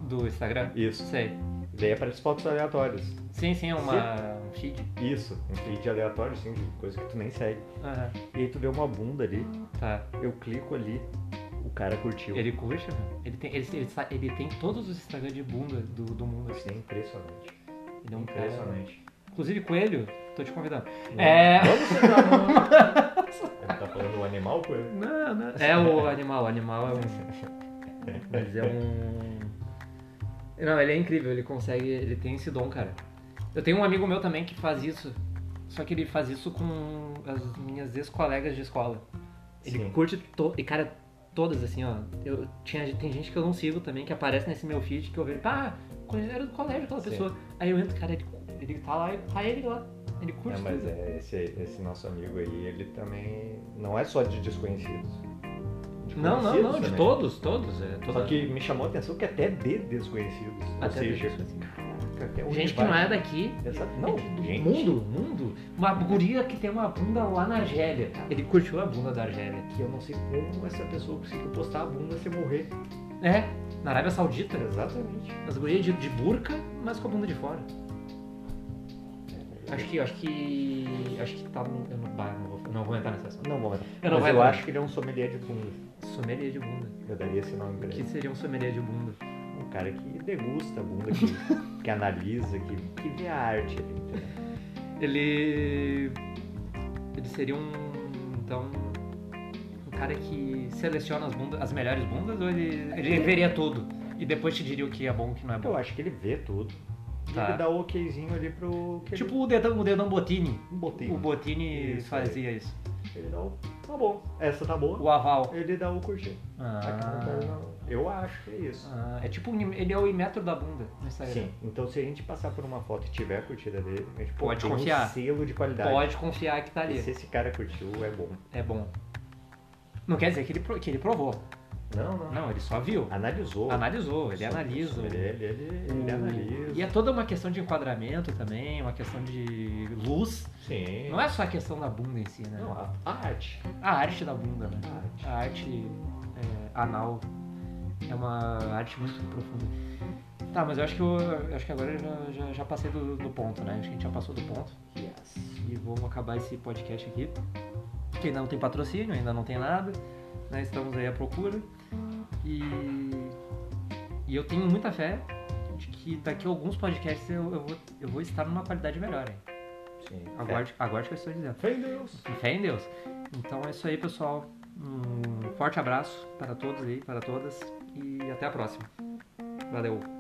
Speaker 1: Do Instagram?
Speaker 2: Isso.
Speaker 1: Sei.
Speaker 2: Daí aparece fotos aleatórias.
Speaker 1: Sim, sim, é uma, um feed.
Speaker 2: Isso, um feed aleatório, assim, de coisa que tu nem segue.
Speaker 1: Aham.
Speaker 2: E aí tu vê uma bunda ali,
Speaker 1: Tá.
Speaker 2: eu clico ali, o cara curtiu.
Speaker 1: Ele curte, velho. Ele tem, ele, ele, sa- ele tem todos os Instagram de bunda do, do mundo. assim.
Speaker 2: Isso é impressionante.
Speaker 1: Ele é um cara.
Speaker 2: Impressionante.
Speaker 1: Inclusive, coelho, tô te convidando.
Speaker 2: Não.
Speaker 1: É.
Speaker 2: Vamos sentar no- Ele tá falando do animal, pô?
Speaker 1: Não, não. É o animal, o animal é um. Mas é um. Não, ele é incrível, ele consegue. Ele tem esse dom, cara. Eu tenho um amigo meu também que faz isso. Só que ele faz isso com as minhas ex-colegas de escola. Ele
Speaker 2: Sim.
Speaker 1: curte. To... E, cara, todas, assim, ó. Eu tinha... Tem gente que eu não sigo também, que aparece nesse meu feed, que eu vejo. Pá, conhe- era do colégio aquela pessoa. Aí eu entro, cara, ele, ele tá lá, e tá ele lá. Ele
Speaker 2: É,
Speaker 1: curte
Speaker 2: mas
Speaker 1: tudo.
Speaker 2: é, esse, esse nosso amigo aí, ele também não é só de desconhecidos. De
Speaker 1: Não, não,
Speaker 2: tipo, conhecidos
Speaker 1: não, de
Speaker 2: também.
Speaker 1: todos, todos. É, toda-
Speaker 2: Só que me chamou a atenção que até de desconhecidos. Ou
Speaker 1: Até
Speaker 2: seja,
Speaker 1: deles, assim.
Speaker 2: até onde
Speaker 1: Gente que
Speaker 2: vai?
Speaker 1: não é daqui. É
Speaker 2: Exato. Não, gente.
Speaker 1: Mundo, mundo. Uma guria que tem uma bunda lá na Argélia. Ele curtiu a bunda da Argélia.
Speaker 2: Que eu não sei como essa pessoa conseguiu postar a bunda se morrer.
Speaker 1: É, na Arábia Saudita.
Speaker 2: Exatamente.
Speaker 1: As gurias de, de burca, mas com a bunda de fora. Acho que, acho que. Acho que tá no. Eu não, bah, não, vou, não vou entrar nessa assunto.
Speaker 2: Não, vou
Speaker 1: Eu não
Speaker 2: Mas
Speaker 1: vou
Speaker 2: eu
Speaker 1: entrar.
Speaker 2: acho que ele é um sommelier de bunda.
Speaker 1: Sommelier de bunda.
Speaker 2: Eu daria esse nome pra
Speaker 1: O
Speaker 2: ele.
Speaker 1: que seria um sommelier de bunda?
Speaker 2: Um cara que degusta a bunda, que, que analisa, que, que vê a arte ali. entendeu?
Speaker 1: Ele. Ele seria um. Então. Um cara que seleciona as, bundas, as melhores bundas ou ele. Ele veria tudo. E depois te diria o que é bom e o que não é
Speaker 2: É. Eu
Speaker 1: bom.
Speaker 2: acho que ele vê tudo. E
Speaker 1: Tá.
Speaker 2: ele dá o okzinho ali pro. Que
Speaker 1: Tipo o dedão, o dedão Botini.
Speaker 2: ele... botei.
Speaker 1: Tipo, O Botini
Speaker 2: Isso é. aí.
Speaker 1: fazia isso.
Speaker 2: Ele dá o. Tá bom. Essa tá boa.
Speaker 1: O aval.
Speaker 2: Ele dá o curtir.
Speaker 1: Ah.
Speaker 2: tá Eu acho que é isso.
Speaker 1: Ah, é tipo, um- ele é o imetro da bunda no Instagram.
Speaker 2: Sim, então se a gente passar por uma foto e tiver a curtida dele, a gente pô,
Speaker 1: Pode
Speaker 2: tem
Speaker 1: confiar.
Speaker 2: um selo de qualidade.
Speaker 1: Pode confiar que tá
Speaker 2: E se
Speaker 1: ali.
Speaker 2: esse cara curtiu, é bom.
Speaker 1: É bom. Não quer dizer que ele, pro- que ele provou.
Speaker 2: Não, não.
Speaker 1: Não, ele só viu.
Speaker 2: Analisou.
Speaker 1: Analisou, ele
Speaker 2: Ah, Só-
Speaker 1: analisa.
Speaker 2: Ele, ele, ele, ele analisa.
Speaker 1: E é toda uma questão de enquadramento também, uma questão de luz.
Speaker 2: Sim.
Speaker 1: Não é só a questão da bunda em si, né?
Speaker 2: Não, a a arte.
Speaker 1: A arte da bunda, né?
Speaker 2: A arte.
Speaker 1: A arte é, anal é uma arte muito profunda. Tá, mas eu acho que, eu, eu acho que agora eu já, já, já passei do, do ponto, né? Acho que a gente já passou do ponto. E vamos acabar esse podcast aqui. Que ainda não tem patrocínio, ainda não tem nada. Né? Estamos aí à procura. E, e eu tenho muita fé de que daqui a alguns podcasts eu, eu vou, eu vou estar numa qualidade melhor, hein?
Speaker 2: Sim.
Speaker 1: Aguarde, aguarde o que eu estou dizendo.
Speaker 2: Fé em Deus.
Speaker 1: E fé em Deus. Então é isso aí, pessoal. Um forte abraço para todos aí, para todas. E até a próxima. Valeu.